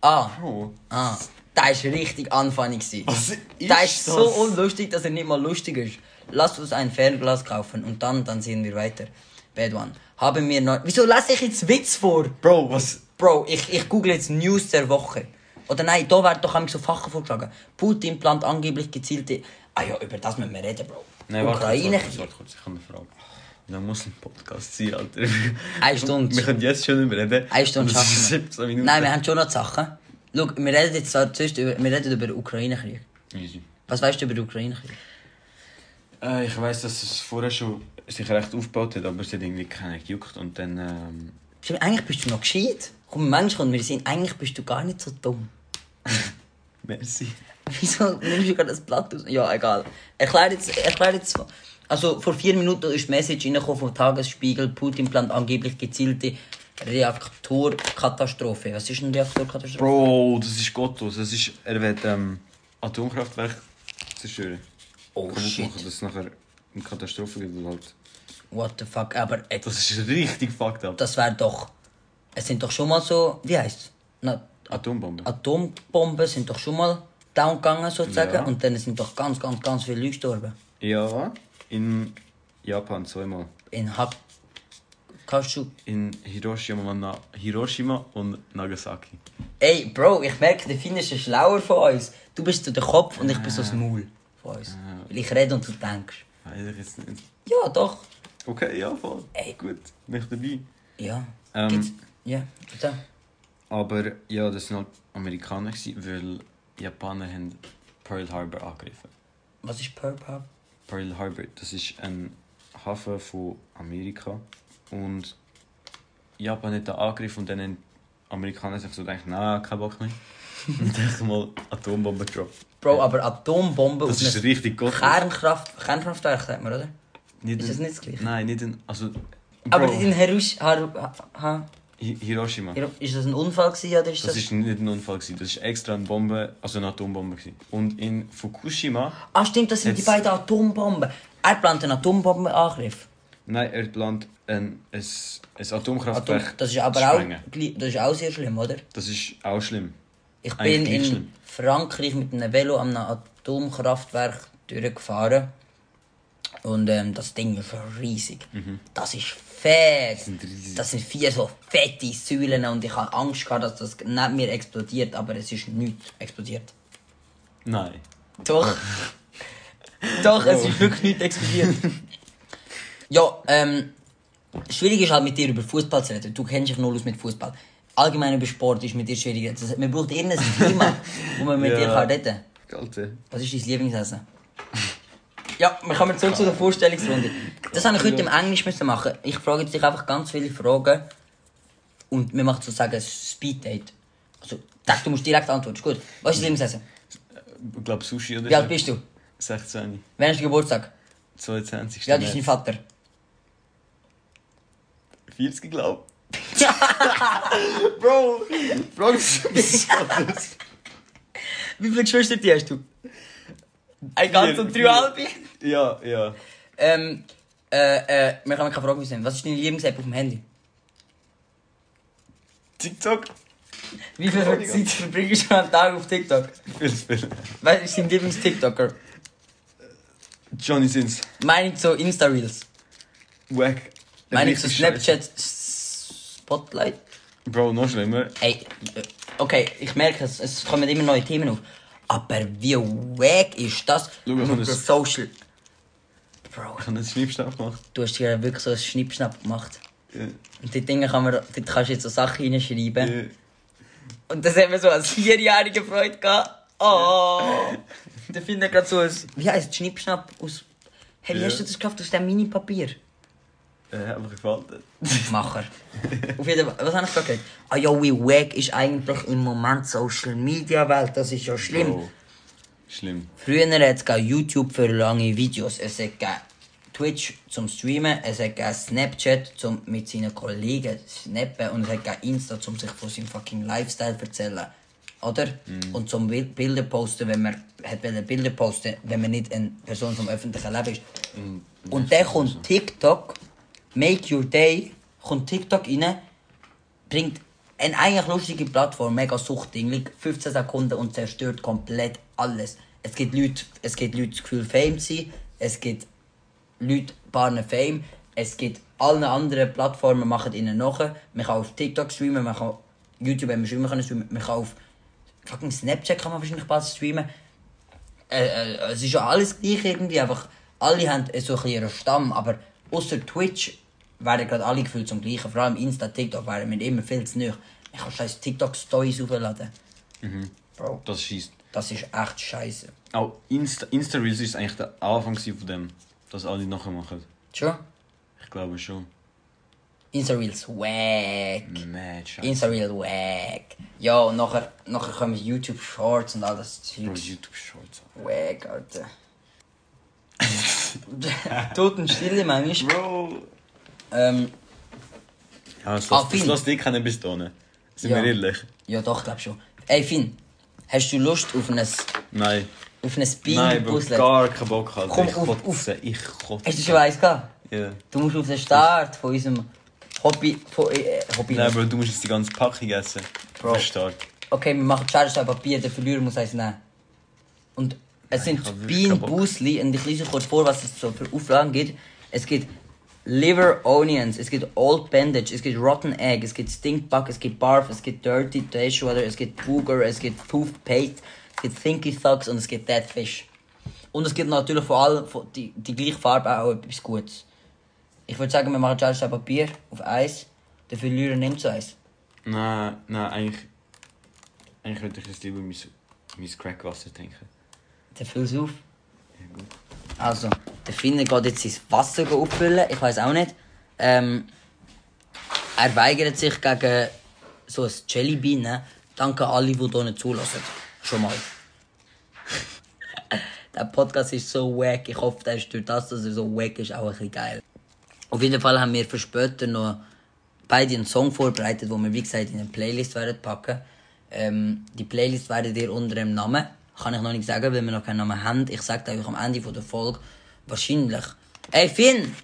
[SPEAKER 1] Ah,
[SPEAKER 2] Bro!
[SPEAKER 1] ah, das war richtig anfänglich. gewesen.
[SPEAKER 2] Was ist
[SPEAKER 1] Das ist so
[SPEAKER 2] das?
[SPEAKER 1] unlustig, dass er nicht mal lustig ist. Lasst uns ein Fernglas kaufen und dann, dann sehen wir weiter. Bad One. Haben wir noch... Wieso lasse ich jetzt Witz vor?
[SPEAKER 2] Bro, was?
[SPEAKER 1] Bro, ich, ich google jetzt News der Woche. Oder nein, da wird doch so Fachen vorgeschlagen. Putin plant angeblich gezielte... Ah ja, über das müssen wir reden, Bro.
[SPEAKER 2] Nein, warte kurz,
[SPEAKER 1] Ukraine...
[SPEAKER 2] warte kurz, warte kurz, ich habe eine Frage. Dann muss ein Podcast sein, Alter.
[SPEAKER 1] Eine Stunde.
[SPEAKER 2] Wir können jetzt schon darüber reden.
[SPEAKER 1] Eine Stunde
[SPEAKER 2] aber das ist
[SPEAKER 1] schaffen
[SPEAKER 2] 17 Minuten.
[SPEAKER 1] nein, wir haben schon noch die Sachen. Schau, wir reden jetzt zwar zuerst über... Wir reden über den Ukraine-Krieg.
[SPEAKER 2] Easy.
[SPEAKER 1] Was weißt du über den Ukraine-Krieg?
[SPEAKER 2] Äh, ich weiss, dass es vorher schon sich recht aufgebaut hat, aber es hat irgendwie keinen gejuckt und dann... Ähm,
[SPEAKER 1] Stimmt, eigentlich bist du noch gescheit. Komm, manchmal kommt mir in den Sinn, eigentlich bist du gar nicht so dumm.
[SPEAKER 2] merci.
[SPEAKER 1] Wieso nimmst du gerade das Blatt aus? Ja, egal. Erklär jetzt, erklär jetzt. Also, vor vier Minuten ist die Message reingekommen vom Tagesspiegel. Putin plant angeblich gezielte Reaktorkatastrophe. Was ist eine Reaktorkatastrophe?
[SPEAKER 2] Bro, das ist gottlos. Das ist, er wird ähm, Atomkraftwerk zerstören.
[SPEAKER 1] oh
[SPEAKER 2] Kaputt
[SPEAKER 1] shit.
[SPEAKER 2] machen, dass es nachher eine Katastrophe gibt. weil Halt.
[SPEAKER 1] What the fuck? Aber äh,
[SPEAKER 2] Das ist richtig fucked up.
[SPEAKER 1] das wäre doch. Es sind doch schon mal so. Wie heißt Na,
[SPEAKER 2] Atombombe.
[SPEAKER 1] Atombomben sind doch schon mal down gegangen, sozusagen.
[SPEAKER 2] Ja.
[SPEAKER 1] Und dann sind doch ganz, ganz, ganz viele Leute gestorben.
[SPEAKER 2] ja, in Japan zweimal.
[SPEAKER 1] In Hak. Kashu.
[SPEAKER 2] In Hiroshima, und Na Hiroshima und Nagasaki.
[SPEAKER 1] Ey, Bro, ich merke, der Finn ist ein schlauer von uns. Du bist so der Kopf und ich bin
[SPEAKER 2] Ah.
[SPEAKER 1] so das Maul von uns. Weil ich rede und du denkst.
[SPEAKER 2] Weiß ich jetzt nicht.
[SPEAKER 1] Ja, doch.
[SPEAKER 2] Okay, ja, voll.
[SPEAKER 1] Ey.
[SPEAKER 2] Gut, nicht dabei.
[SPEAKER 1] Ja.
[SPEAKER 2] Ähm.
[SPEAKER 1] Gibt's? Ja, bitte.
[SPEAKER 2] Aber ja, das waren halt Amerikaner, gewesen, weil Japaner haben Pearl Harbor angegriffen.
[SPEAKER 1] Was ist Pearl Harbor?
[SPEAKER 2] Pearl Harbor, das ist ein Hafen von Amerika. Und Japan hat den Angriff und dann haben die Amerikaner sich so gedacht, na, kein Bock mehr. Und dann mal Atombomben gedroppt.
[SPEAKER 1] Bro, aber Atombombe
[SPEAKER 2] Das ist
[SPEAKER 1] einem
[SPEAKER 2] richtig gut.
[SPEAKER 1] Kernkraft, Kernkraftwerk, sagt man, oder?
[SPEAKER 2] Nicht
[SPEAKER 1] ist
[SPEAKER 2] in-
[SPEAKER 1] das nicht das Gleiche?
[SPEAKER 2] Nein, nicht in. Also.
[SPEAKER 1] Aber
[SPEAKER 2] Bro,
[SPEAKER 1] in Hirosh, Har, ha,
[SPEAKER 2] Hi- Hiroshima.
[SPEAKER 1] Hiro- ist das ein Unfall gewesen, oder ist das...
[SPEAKER 2] Das ist nicht ein Unfall, gewesen. das ist extra eine Bombe, also eine Atombombe. gewesen. Und in Fukushima,
[SPEAKER 1] ah, stimmt, das sind die
[SPEAKER 2] Jetzt-
[SPEAKER 1] beiden Atombomben. Er plant einen Atombombenangriff.
[SPEAKER 2] nein, er plant ein, ein, ein Atomkraftwerk.
[SPEAKER 1] Atom, das ist
[SPEAKER 2] zu
[SPEAKER 1] aber auch,
[SPEAKER 2] sprengen.
[SPEAKER 1] gli- das ist auch sehr schlimm, oder?
[SPEAKER 2] Das ist auch schlimm.
[SPEAKER 1] Ich bin
[SPEAKER 2] Eigentlich nicht
[SPEAKER 1] in
[SPEAKER 2] schlimm.
[SPEAKER 1] Frankreich mit einem Velo an einem Atomkraftwerk durchgefahren. Und ähm, das Ding ist riesig. Das ist fett. Das
[SPEAKER 2] Mhm. sind riesig.
[SPEAKER 1] Das sind vier so fette Säulen und ich hatte Angst, gehabt, dass das neben mir explodiert, aber es ist nicht explodiert.
[SPEAKER 2] Nein.
[SPEAKER 1] Doch. Doch, es ist wirklich nicht explodiert. ja, ähm. Schwierig ist halt mit dir über Fußball zu reden. Du kennst dich null aus mit Fußball. Allgemein über Sport ist mit dir schwierig. Das, man braucht irgendein Thema, wo man mit
[SPEAKER 2] Ja.
[SPEAKER 1] dir kann reden
[SPEAKER 2] Alter.
[SPEAKER 1] Was ist dein Lieblingsessen? Ja, wir kommen zurück zu der Vorstellungsrunde. Das habe ich heute im Englisch müssen machen. Ich frage jetzt dich einfach ganz viele Fragen. Und wir machen sozusagen ein Speed-Date. Also, sag, du musst direkt antworten. Ist gut. Was ist dein Lieblingsessen?
[SPEAKER 2] Ich glaube Sushi oder
[SPEAKER 1] Wie alt bist du?
[SPEAKER 2] 16.
[SPEAKER 1] Wann ist dein Geburtstag?
[SPEAKER 2] 22.
[SPEAKER 1] Ja, das ist dein Vater.
[SPEAKER 2] 40, glaube Bro, frag mich bis Gottes.
[SPEAKER 1] Wie viele Geschwister hast du? Ein ganz und drei
[SPEAKER 2] vier.
[SPEAKER 1] halbe?
[SPEAKER 2] Ja, ja.
[SPEAKER 1] Ähm, äh, äh, wir haben keine Frage mehr sehen. Was ist deine Lieblings-App auf dem Handy?
[SPEAKER 2] TikTok?
[SPEAKER 1] Wie viel
[SPEAKER 2] Oh mein
[SPEAKER 1] Zeit verbringst du am Tag auf TikTok?
[SPEAKER 2] Viel zu viel.
[SPEAKER 1] Wer ist dein Lieblings-TikToker?
[SPEAKER 2] Johnny Sins.
[SPEAKER 1] Meine ich so Insta-Reels.
[SPEAKER 2] Wack.
[SPEAKER 1] Meine ich so
[SPEAKER 2] Richtig
[SPEAKER 1] Snapchat S- Spotlight.
[SPEAKER 2] scheiße. Bro, noch schlimmer.
[SPEAKER 1] Ey, äh, okay, ich merke, es, es kommen immer neue Themen auf. Aber wie wack ist das?
[SPEAKER 2] Schau, wir
[SPEAKER 1] Mit
[SPEAKER 2] können es-
[SPEAKER 1] Social. Bro,
[SPEAKER 2] Ich habe einen Schnippstab gemacht. Äh,
[SPEAKER 1] du hast hier wirklich so einen Schnippschnapp gemacht.
[SPEAKER 2] Ja.
[SPEAKER 1] Und die Dinge kann man, dort kannst du jetzt so Sachen hineinschreiben.
[SPEAKER 2] Ja.
[SPEAKER 1] Und das hat mir so als vierjährige Freude gehabt. Oh! Da findet er gerade so ein. Wie heisst Schnippschnapp aus. Hey, wie
[SPEAKER 2] Ja.
[SPEAKER 1] hast du das geschafft aus diesem Mini-Papier?
[SPEAKER 2] Äh, einfach gefaltet.
[SPEAKER 1] Macher. Auf jeden Fall, was habe ich gerade gesagt? Ah ja, wie wack ist eigentlich im Moment Social Media Welt, das ist ja schlimm.
[SPEAKER 2] Bro. Schlimm.
[SPEAKER 1] Früher hat es gegeben YouTube für lange Videos, es hat gegeben Twitch zum Streamen, es hat gegeben Snapchat zum mit seinen Kollegen snappen und es hat gegeben Insta, um sich von seinem fucking Lifestyle zu erzählen. Oder? Und zum Bil- Bilder posten, wenn man hat wollte Bilder posten, wenn man nicht eine Person vom öffentlichen Leben ist. Und dann kommt TikTok, Make Your Day, kommt TikTok rein, bringt eine eigentlich lustige Plattform, mega suchtinglich, 15 Sekunden und zerstört komplett alles. Es gibt Leute, es gibt Leute das Gefühl, Fame zu sein, es gibt Leute Barne Fame, es gibt alle anderen Plattformen machen ihnen nach. Man kann auf TikTok streamen, man kann YouTube haben wir schon immer können streamen, man kann auf fucking Snapchat kann man wahrscheinlich bald streamen. Äh, äh, es ist ja alles gleich irgendwie, einfach alle haben so ein bisschen ihren Stamm, aber außer Twitch werden gerade alle gefühlt zum gleichen, vor allem Insta, TikTok wären wir immer viel zu nüch. Ich kann scheiß TikTok Stories aufladen. Bro,
[SPEAKER 2] Das schießt.
[SPEAKER 1] das ist echt scheiße.
[SPEAKER 2] Auch Nou, Insta, Insta Reels ist eigentlich der Anfang gewesen von dem, dass alle nachher machen.
[SPEAKER 1] Schon?
[SPEAKER 2] Ich glaube schon.
[SPEAKER 1] Insta Reels, wack.
[SPEAKER 2] Mad Scheiße.
[SPEAKER 1] Insta Reel wack. Ja, und nachher, nachher kommen YouTube Shorts und all das
[SPEAKER 2] Bro,
[SPEAKER 1] Zeugs.
[SPEAKER 2] YouTube Shorts.
[SPEAKER 1] Wack, Alter. Totenstille, manchmal.
[SPEAKER 2] Bro.
[SPEAKER 1] Ähm,
[SPEAKER 2] Ja, es
[SPEAKER 1] Ah,
[SPEAKER 2] lässt-
[SPEAKER 1] Finn.
[SPEAKER 2] es lässt dich keine bis dahin. Sind
[SPEAKER 1] Ja.
[SPEAKER 2] wir ehrlich?
[SPEAKER 1] ja doch, glaub schon. Ey, Finn, hast du Lust auf ein,
[SPEAKER 2] Nein.
[SPEAKER 1] auf ein
[SPEAKER 2] Nein, Bro,
[SPEAKER 1] Bienenpuzzle?
[SPEAKER 2] gar keinen Bock, Alter.
[SPEAKER 1] Komm,
[SPEAKER 2] ich
[SPEAKER 1] auf, auf.
[SPEAKER 2] kotze, ich kotze.
[SPEAKER 1] Hast du schon eins gehabt?
[SPEAKER 2] Ja.
[SPEAKER 1] Du musst auf den Start von unserem Hobby... Von, äh, Hobby
[SPEAKER 2] Nein, Bro, du musst jetzt die ganze Packung essen.
[SPEAKER 1] Bro.
[SPEAKER 2] Verstehe.
[SPEAKER 1] Okay, wir machen Charge auf Papier, der Verlierer muss eins nehmen. Und es
[SPEAKER 2] ich hab
[SPEAKER 1] sind
[SPEAKER 2] wirklich keinen Bock.
[SPEAKER 1] Bienenbusli und ich lese euch kurz vor, was es so für Auflagen gibt. Es gibt Liver Onions, es gibt Old Bandage, es gibt Rotten Egg, es gibt Stinkbug, es gibt Barf, es gibt Dirty Dishwater, es gibt Booger, es gibt Poofed Paste, es gibt Thinky Thugs und es gibt Dead Fish. Und es gibt natürlich vor allem von- die, die gleiche Farbe auch etwas Gutes. Ich würde sagen, wir machen Charge auf Papier auf Eis, der Verlierer nimmt so eins.
[SPEAKER 2] Nein, nein, eigentlich. Eigentlich würde ich jetzt lieber mein, mein Crackwasser trinken.
[SPEAKER 1] Der füllt's auf.
[SPEAKER 2] Ja, gut.
[SPEAKER 1] Also, der Finne geht jetzt sein Wasser auffüllen, ich weiß auch nicht. Ähm, er weigert sich gegen so ein Jellybean. ne? Danke an alle, die hier nicht zulassen. Schon mal. der Podcast ist so wack. Ich hoffe, der ist durch das, dass er so wack ist, auch ein bisschen geil. Auf jeden Fall haben wir für später noch beide einen Song vorbereitet, den wir, wie gesagt, in eine Playlist werden packen. Ähm, die Playlist werdet ihr unter dem Namen, kann ich noch nicht sagen, weil wir noch keinen Namen haben. Ich sage euch am Ende von der Folge wahrscheinlich. Ey Finn!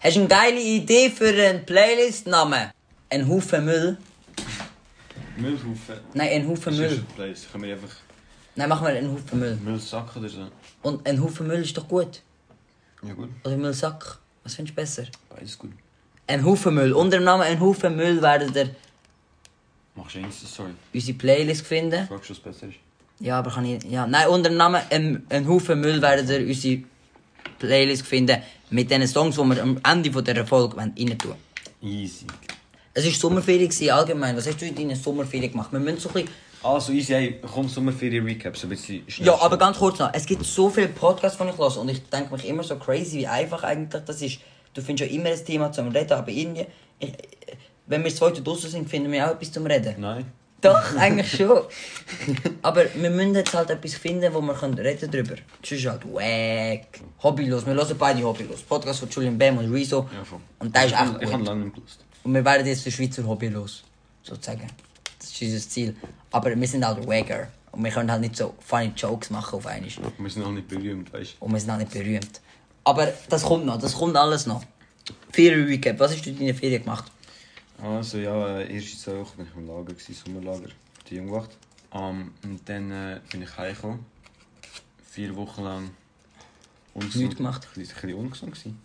[SPEAKER 1] Hast du eine geile Idee für einen Playlist-Namen? Ein Haufen Müll?
[SPEAKER 2] Müllhaufen.
[SPEAKER 1] Nein, ein Haufen
[SPEAKER 2] Das ist
[SPEAKER 1] Müll.
[SPEAKER 2] ein Place. Können wir einfach
[SPEAKER 1] Nein, machen wir einen Haufen Müll.
[SPEAKER 2] Müllsack oder so?
[SPEAKER 1] Und ein Haufen Müll ist doch gut.
[SPEAKER 2] Ja, gut.
[SPEAKER 1] Oder Müllsack. Was findest du besser?
[SPEAKER 2] Beides gut.
[SPEAKER 1] Ein Haufen Müll. Unter dem Namen Ein Haufen Müll werdet ihr
[SPEAKER 2] Machst du Insta-Story?
[SPEAKER 1] unsere Playlist finden.
[SPEAKER 2] Fragst du, was besser ist?
[SPEAKER 1] Ja, aber kann ich. Ja. Nein, unter dem Namen ein, ein Haufen Müll werdet ihr unsere Playlist finden mit den Songs, die wir am Ende von dieser Folge wollen rein tun
[SPEAKER 2] Easy.
[SPEAKER 1] Es war Sommerferien gewesen, allgemein. Was hast du in deiner Sommerferien gemacht? Wir müssen so ein bisschen
[SPEAKER 2] Also, easy, hey, komm, Sommerferien-Recap, so ein bisschen schnell.
[SPEAKER 1] Ja, aber ganz kurz noch. Es gibt so viele Podcasts, die ich höre und ich denke mich immer so crazy, wie einfach eigentlich das ist. Du findest ja immer ein Thema zum Reden, aber irgendwie, ich, eh, wenn wir heute draußen sind, finden wir auch etwas zum Reden.
[SPEAKER 2] Nein.
[SPEAKER 1] Doch, eigentlich schon. aber wir müssen jetzt halt etwas finden, wo wir können reden drüber. Das ist halt wack. Hobbylos, wir hören beide Hobbylos. Podcast von Julian Bam und Rezo.
[SPEAKER 2] Ja, voll.
[SPEAKER 1] und der ist
[SPEAKER 2] Ich hab-
[SPEAKER 1] echt
[SPEAKER 2] Ich
[SPEAKER 1] gut.
[SPEAKER 2] habe lange nicht gelöst.
[SPEAKER 1] Und wir werden jetzt der Schweizer Hobby los, sozusagen. Das ist unser Ziel. Aber wir sind halt Wagger. Und wir können halt nicht so funny Jokes machen auf einmal.
[SPEAKER 2] Wir sind noch nicht berühmt, weißt du?
[SPEAKER 1] Und wir sind auch nicht berühmt. Aber das kommt noch, das kommt alles noch. Ferien-Recap, was hast du in deiner Ferien gemacht?
[SPEAKER 2] Also, ja, äh, erste zwei Wochen war ich im Lager, gewesen, Sommerlager, die Jungwacht. Ähm, und dann äh, bin ich heimgekommen. Vier Wochen lang. Ungesund.
[SPEAKER 1] Nichts gemacht?
[SPEAKER 2] Ein bisschen ein bisschen ungesund. gewesen.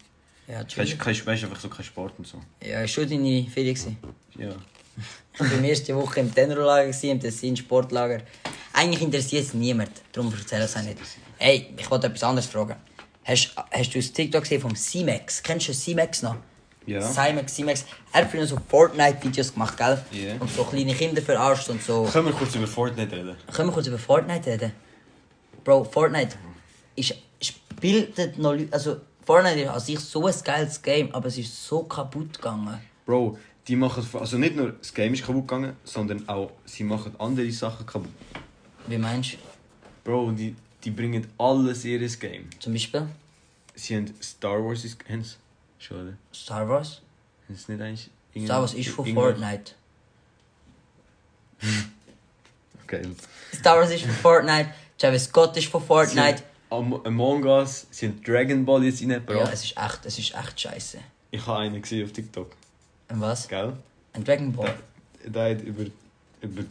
[SPEAKER 1] Ja, tschüss.
[SPEAKER 2] Weißt du, weißt, einfach so kein Sport und so.
[SPEAKER 1] Ja, ist schon deine Ferien gewesen.
[SPEAKER 2] Ja.
[SPEAKER 1] Ich war die erste Woche im Tenorlager, gewesen, im Tessin Sportlager. Eigentlich interessiert es niemand, darum erzähle ich es auch nicht. Hey, ich wollte etwas anderes fragen. Hast, hast du das TikTok gesehen vom C-Max? Kennst du C-Max noch?
[SPEAKER 2] Ja.
[SPEAKER 1] C-Max, C-Max. Er hat früher so Fortnite-Videos gemacht, gell?
[SPEAKER 2] Ja.
[SPEAKER 1] Und so kleine Kinder verarscht und so.
[SPEAKER 2] Können wir kurz über Fortnite reden?
[SPEAKER 1] Können wir kurz über Fortnite reden? Bro, Fortnite ist, spielt noch Leute, also Fortnite ist an sich so ein geiles Game, aber es ist so kaputt gegangen.
[SPEAKER 2] Bro, die machen, also nicht nur das Game ist kaputt gegangen, sondern auch sie machen andere Sachen kaputt.
[SPEAKER 1] Wie meinst du?
[SPEAKER 2] Bro, die, die bringen alles in ihr Game.
[SPEAKER 1] Zum Beispiel
[SPEAKER 2] Sie haben Star Wars ist haben sie- schon, oder?
[SPEAKER 1] Star Wars.
[SPEAKER 2] Haben sie nicht eigentlich...
[SPEAKER 1] Star Wars ist von
[SPEAKER 2] irgendwas-
[SPEAKER 1] Fortnite.
[SPEAKER 2] Okay.
[SPEAKER 1] Star Wars ist von Fortnite, Travis Scott ist von Fortnite.
[SPEAKER 2] Am Among Us, sie haben Dragon Ball jetzt
[SPEAKER 1] Ja,
[SPEAKER 2] reingebracht.
[SPEAKER 1] es ist echt, es ist echt scheiße.
[SPEAKER 2] ich habe einen gesehen auf TikTok,
[SPEAKER 1] Und was?
[SPEAKER 2] gell?
[SPEAKER 1] Ein Dragon Ball.
[SPEAKER 2] Der hat über... über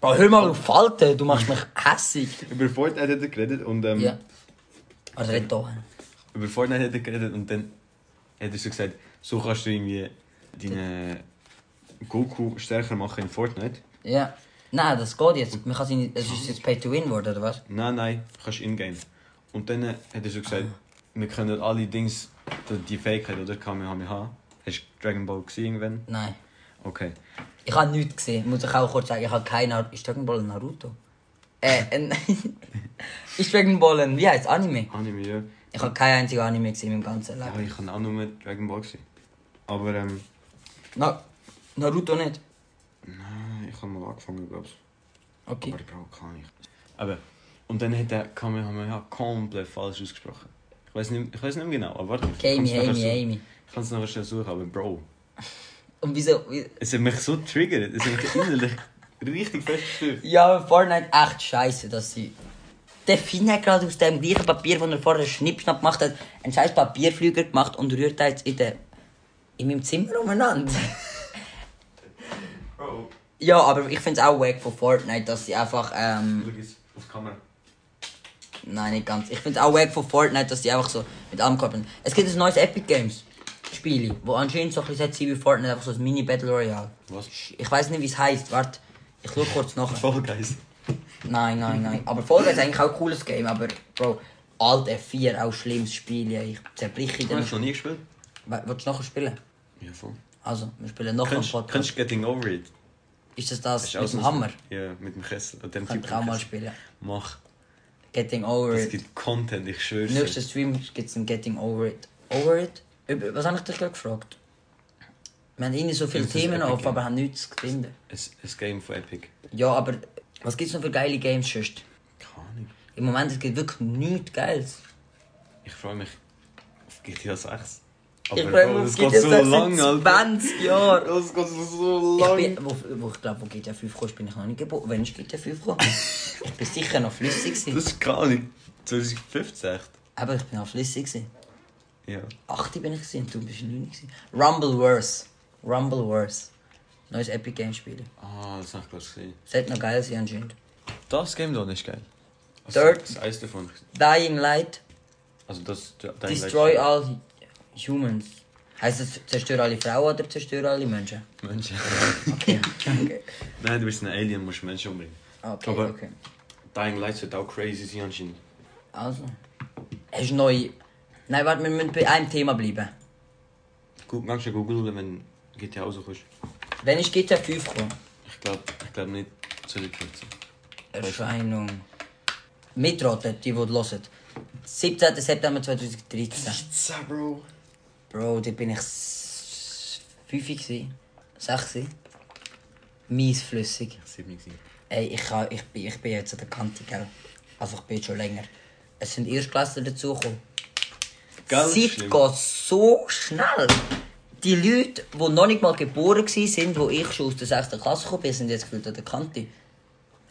[SPEAKER 1] Bro, hör mal auf Falten, du machst mich hässig.
[SPEAKER 2] über Fortnite hat er geredet und ähm,
[SPEAKER 1] Ja. Also red doch.
[SPEAKER 2] über Fortnite hat er geredet und dann hat er so gesagt, so kannst du irgendwie deinen eh, Goku stärker machen in Fortnite.
[SPEAKER 1] Ja. Nein, das geht jetzt. Man kann seine, es ist jetzt Pay to Win geworden, oder was?
[SPEAKER 2] Nein, nein, du kannst in-game. Und dann äh, hat er so gesagt, wir können alle Dings, die- die Fähigkeit oder Kamehameha. Hast du Dragon Ball gesehen irgendwann?
[SPEAKER 1] Nein.
[SPEAKER 2] Okay.
[SPEAKER 1] Ich habe nichts gesehen, muss ich auch kurz sagen. Ich habe keine Ahnung. Ist Dragon Ball ein Naruto? Äh, ein Ist Dragon Ball ein, wie heißt Anime?
[SPEAKER 2] Anime, ja.
[SPEAKER 1] Ich habe kein einziges Anime gesehen in meinem ganzen
[SPEAKER 2] Ja,
[SPEAKER 1] Leben.
[SPEAKER 2] ich kann auch nur mit Dragon Ball gesehen. Aber ähm,
[SPEAKER 1] Na, Naruto nicht?
[SPEAKER 2] nein, ich habe mal angefangen, glaube ich.
[SPEAKER 1] Okay.
[SPEAKER 2] Aber Bro, kann ich. Aber, und dann hat er Kamehameha komplett falsch ausgesprochen. Ich weiß nicht, ich weiß nicht mehr genau, aber warte. ich
[SPEAKER 1] Amy,
[SPEAKER 2] kann's nachher
[SPEAKER 1] Amy,
[SPEAKER 2] so-
[SPEAKER 1] Amy.
[SPEAKER 2] Ich kann es nachher schnell suchen, aber Bro.
[SPEAKER 1] Und wieso? wie-
[SPEAKER 2] Es hat mich so triggert, es hat mich innerlich richtig fest gestört.
[SPEAKER 1] Ja, aber Fortnite echt scheiße, dass sie. Der Finn hat gerade aus dem gleichen Papier, wo er vorher Schnippschnapp gemacht hat, einen scheiß Papierflüger gemacht und rührt den jetzt in, der, in meinem Zimmer umeinander.
[SPEAKER 2] Bro,
[SPEAKER 1] ja, aber ich finde es auch wack von Fortnite, dass sie einfach. Ähm,
[SPEAKER 2] schau jetzt auf die Kamera.
[SPEAKER 1] Nein, nicht ganz. Ich finde auch weg von Fortnite, dass die einfach so mit allem koppeln. Es gibt ein neues Epic Games Spiel, wo anscheinend so ein bisschen sein wie Fortnite, einfach so ein Mini Battle Royale.
[SPEAKER 2] Was?
[SPEAKER 1] Ich weiß nicht, wie es heißt. Warte, ich schaue kurz nach.
[SPEAKER 2] Voll geil.
[SPEAKER 1] Nein, nein, nein. Aber Fall Guys ist eigentlich auch ein cooles Game, aber Bro, Alt F4, auch schlimmes Spiel. ja. Ich zerbreche
[SPEAKER 2] Du
[SPEAKER 1] den.
[SPEAKER 2] hast noch nie gespielt?
[SPEAKER 1] We- Willst du nachher spielen?
[SPEAKER 2] Ja, voll.
[SPEAKER 1] Also, wir spielen noch einen
[SPEAKER 2] Kennst du
[SPEAKER 1] Podcast.
[SPEAKER 2] kennst du Getting Over It?
[SPEAKER 1] Ist das das
[SPEAKER 2] Ist auch
[SPEAKER 1] mit
[SPEAKER 2] so
[SPEAKER 1] dem
[SPEAKER 2] ein-
[SPEAKER 1] Hammer?
[SPEAKER 2] Ja, mit dem Kessel. Und dem
[SPEAKER 1] Könnt
[SPEAKER 2] Typ
[SPEAKER 1] ihr auch
[SPEAKER 2] mit dem
[SPEAKER 1] mal
[SPEAKER 2] Kessel.
[SPEAKER 1] spielen.
[SPEAKER 2] Mach.
[SPEAKER 1] Getting Over
[SPEAKER 2] Es
[SPEAKER 1] It.
[SPEAKER 2] gibt Content, ich schwör's. dir.
[SPEAKER 1] Nächsten Stream gibt es ein Getting Over It. Over It? Über, was habe ich dich gerade gefragt? Wir haben irgendwie so viele
[SPEAKER 2] Das ist
[SPEAKER 1] Themen
[SPEAKER 2] Epic
[SPEAKER 1] auf,
[SPEAKER 2] Game.
[SPEAKER 1] aber haben nichts gefunden.
[SPEAKER 2] Ein ein Game von Epic.
[SPEAKER 1] Ja, aber was gibt es noch für geile Games sonst?
[SPEAKER 2] Keine Ahnung.
[SPEAKER 1] Im Moment es gibt wirklich nichts Geiles.
[SPEAKER 2] Ich freue mich auf GTA 6.
[SPEAKER 1] Ich freu
[SPEAKER 2] oh,
[SPEAKER 1] mich, es gibt jetzt seit 20 Jahren.
[SPEAKER 2] Das geht so
[SPEAKER 1] Ich, bin, wo, wo, ich glaube, wo GTA 5 kam, bin ich noch nicht geboren. Wenn ist GTA 5 gekommen? ich bin sicher noch flüssig.
[SPEAKER 2] Das
[SPEAKER 1] Gewesen.
[SPEAKER 2] ist gar nicht 2015 echt.
[SPEAKER 1] Aber ich bin noch flüssig. Gewesen.
[SPEAKER 2] Ja.
[SPEAKER 1] 8 bin ich gewesen, und du bist 9 gewesen. Rumble Wars. Rumble Wars. Neues Epic Games Spiel.
[SPEAKER 2] Ah, das habe ich gerade gesehen.
[SPEAKER 1] Sollte noch geil sein anscheinend.
[SPEAKER 2] Das Game da ist geil. Also,
[SPEAKER 1] Dirt.
[SPEAKER 2] Das eins davon.
[SPEAKER 1] Dying Light,
[SPEAKER 2] Also das... dein
[SPEAKER 1] Destroy
[SPEAKER 2] letzter-
[SPEAKER 1] all humans. Heißt das, zerstöre alle Frauen oder zerstöre alle Menschen?
[SPEAKER 2] Menschen.
[SPEAKER 1] Okay. okay.
[SPEAKER 2] Nein, du bist ein Alien, musst Menschen umbringen.
[SPEAKER 1] Okay,
[SPEAKER 2] Aber-
[SPEAKER 1] okay.
[SPEAKER 2] Dying Light wird auch crazy sein anscheinend.
[SPEAKER 1] Also. Hast du neu. Nein, warte, wir müssen bei einem Thema bleiben.
[SPEAKER 2] Gut, magst du googeln, wenn GTA rauskommst?
[SPEAKER 1] Wenn ist GTA 5 gekommen?
[SPEAKER 2] Ich glaube ich glaub nicht 2015.
[SPEAKER 1] Erscheinung. Mitroten, die, die hören. 17. September 2013.
[SPEAKER 2] Pizza, Bro.
[SPEAKER 1] Bro, da bin ich 5 gewesen. 6 Miesflüssig.
[SPEAKER 2] Das hat mich gesehen.
[SPEAKER 1] Ey, ich, kann, ich, bin, ich bin jetzt an der Kante, gell? Also ich bin jetzt schon länger. Es sind Erstklässler dazugekommen.
[SPEAKER 2] Gell,
[SPEAKER 1] Die Zeit
[SPEAKER 2] schlimm.
[SPEAKER 1] geht so schnell. Die Leute, die noch nicht mal geboren waren, wo ich schon aus der 6. Klasse gekommen bin, sind jetzt gefühlt an der Kante.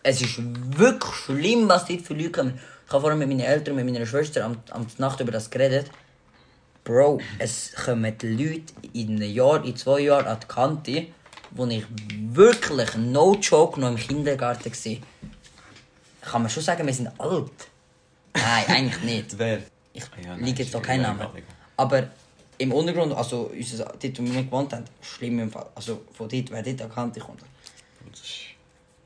[SPEAKER 1] Es ist wirklich schlimm, was dort für Leute kommen. Ich habe vorhin mit meinen Eltern, mit meiner Schwester am, am Nacht über das geredet. Bro, es kommen die Leute in einem Jahr, in zwei Jahren an die Kante, wo ich wirklich, no joke, noch im Kindergarten war. Kann man schon sagen, wir sind alt? Nein, eigentlich nicht.
[SPEAKER 2] Wer?
[SPEAKER 1] Ich
[SPEAKER 2] Ah ja, nein,
[SPEAKER 1] liege jetzt
[SPEAKER 2] ist
[SPEAKER 1] noch kein
[SPEAKER 2] egal,
[SPEAKER 1] Name.
[SPEAKER 2] egal.
[SPEAKER 1] Aber im Untergrund, also unser, dort, wo wir gewohnt haben, schlimm im Fall. Also von dort, wer dort erkannt kommt.
[SPEAKER 2] Das ist...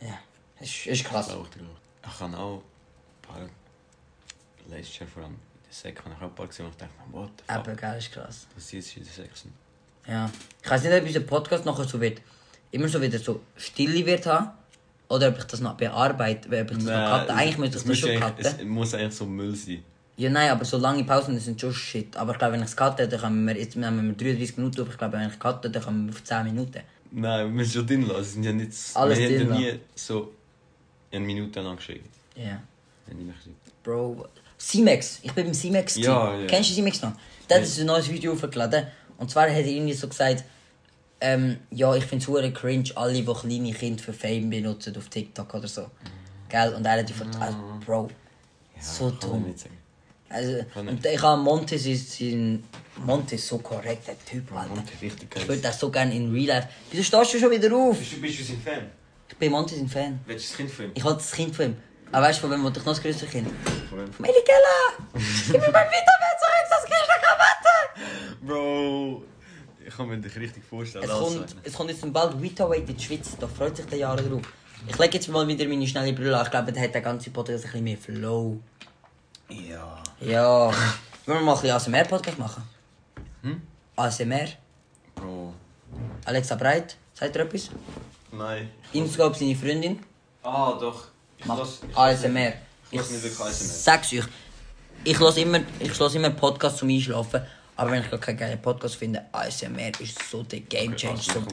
[SPEAKER 1] Ja, es ist, es ist krass.
[SPEAKER 2] Auch der Ich kann auch ein paar letztes Jahr vor allem in der Sek habe ich auch ein paar gesehen und ich dachte, mir, what the fuck,
[SPEAKER 1] Aber geil, ist krass.
[SPEAKER 2] was ist in der Sexen?
[SPEAKER 1] Ja. Ich weiß nicht, ob unser Podcast nachher so wird, immer so wieder so stille wird haben. Oder ob ich das noch bearbeite, ob ich das noch cutte. Eigentlich müsste ich das schon cutten.
[SPEAKER 2] Es muss eigentlich so Müll sein.
[SPEAKER 1] Ja, nein, aber so lange Pausen das sind schon shit. Aber ich glaube, wenn ich es cutte, dann können wir, jetzt nehmen wir 33 Minuten auf, ich glaube, wenn ich cutte, dann kommen wir auf 10 Minuten.
[SPEAKER 2] Nein, wir müssen schon drin lassen. Es sind ja nicht...
[SPEAKER 1] Alles
[SPEAKER 2] wir
[SPEAKER 1] drin
[SPEAKER 2] haben ja nie
[SPEAKER 1] lassen.
[SPEAKER 2] so eine Minute lang geschickt.
[SPEAKER 1] Ja.
[SPEAKER 2] Haben die nicht geschickt.
[SPEAKER 1] Bro, Simex, ich bin beim Simex.
[SPEAKER 2] Ja,
[SPEAKER 1] gewesen.
[SPEAKER 2] ja.
[SPEAKER 1] Kennst du Simex noch? Der hat ein neues Video hochgeladen. Und zwar hat er irgendwie so gesagt, ähm, ja, ich finde es cringe, alle, die kleine Kinder für Fame benutzen auf TikTok oder so. Gell? Und er hat einfach, also, Bro, so
[SPEAKER 2] Ah. kann ich
[SPEAKER 1] dumm.
[SPEAKER 2] nicht sagen.
[SPEAKER 1] Also,
[SPEAKER 2] Kann
[SPEAKER 1] und ich habe Montes ist sein. Montes ist so korrekt, der Typ, Alter.
[SPEAKER 2] Monte, richtig
[SPEAKER 1] Ich
[SPEAKER 2] geil.
[SPEAKER 1] würde das so gerne in Real Life. Wieso stehst du schon wieder auf?
[SPEAKER 3] Bist du, bist du sein Fan?
[SPEAKER 1] Ich bin Montes ein Fan.
[SPEAKER 3] Welches Kind von ihm?
[SPEAKER 1] Ich halte das Kind von ihm. Aber weißt du, von wem wollte ich noch das größte Kind?
[SPEAKER 3] Von wem?
[SPEAKER 1] Meli Keller! Gib mir mein Vitamin zurück, sonst kriegst du eine Krawatte!
[SPEAKER 2] Bro, ich kann mir dich richtig vorstellen.
[SPEAKER 1] Es
[SPEAKER 2] als
[SPEAKER 1] kommt,
[SPEAKER 2] einer.
[SPEAKER 1] es kommt jetzt bald Vitaway in die Schweiz, da freut sich der Jahre drauf. Ich lege jetzt mal wieder meine schnelle Brille an, ich glaube, da hat der ganze Podcast ein bisschen mehr Flow.
[SPEAKER 2] Ja.
[SPEAKER 1] Ja. Wollen wir mal ein bisschen ASMR-Podcast machen? Hm? ASMR?
[SPEAKER 2] Bro.
[SPEAKER 1] Alexa Breit, sagt ihr etwas?
[SPEAKER 3] Nein.
[SPEAKER 1] Inscope, seine Freundin,
[SPEAKER 3] Ah, doch. Ich lass-
[SPEAKER 1] macht
[SPEAKER 3] ich lass nicht-
[SPEAKER 1] ASMR.
[SPEAKER 3] Ich lass nicht wirklich ASMR.
[SPEAKER 1] Sag's euch. Ich höre immer, ich höre immer Podcasts zum Einschlafen, aber wenn ich gar keinen geilen Podcast finde, ASMR ist so der Game Changer.
[SPEAKER 3] also,
[SPEAKER 1] so.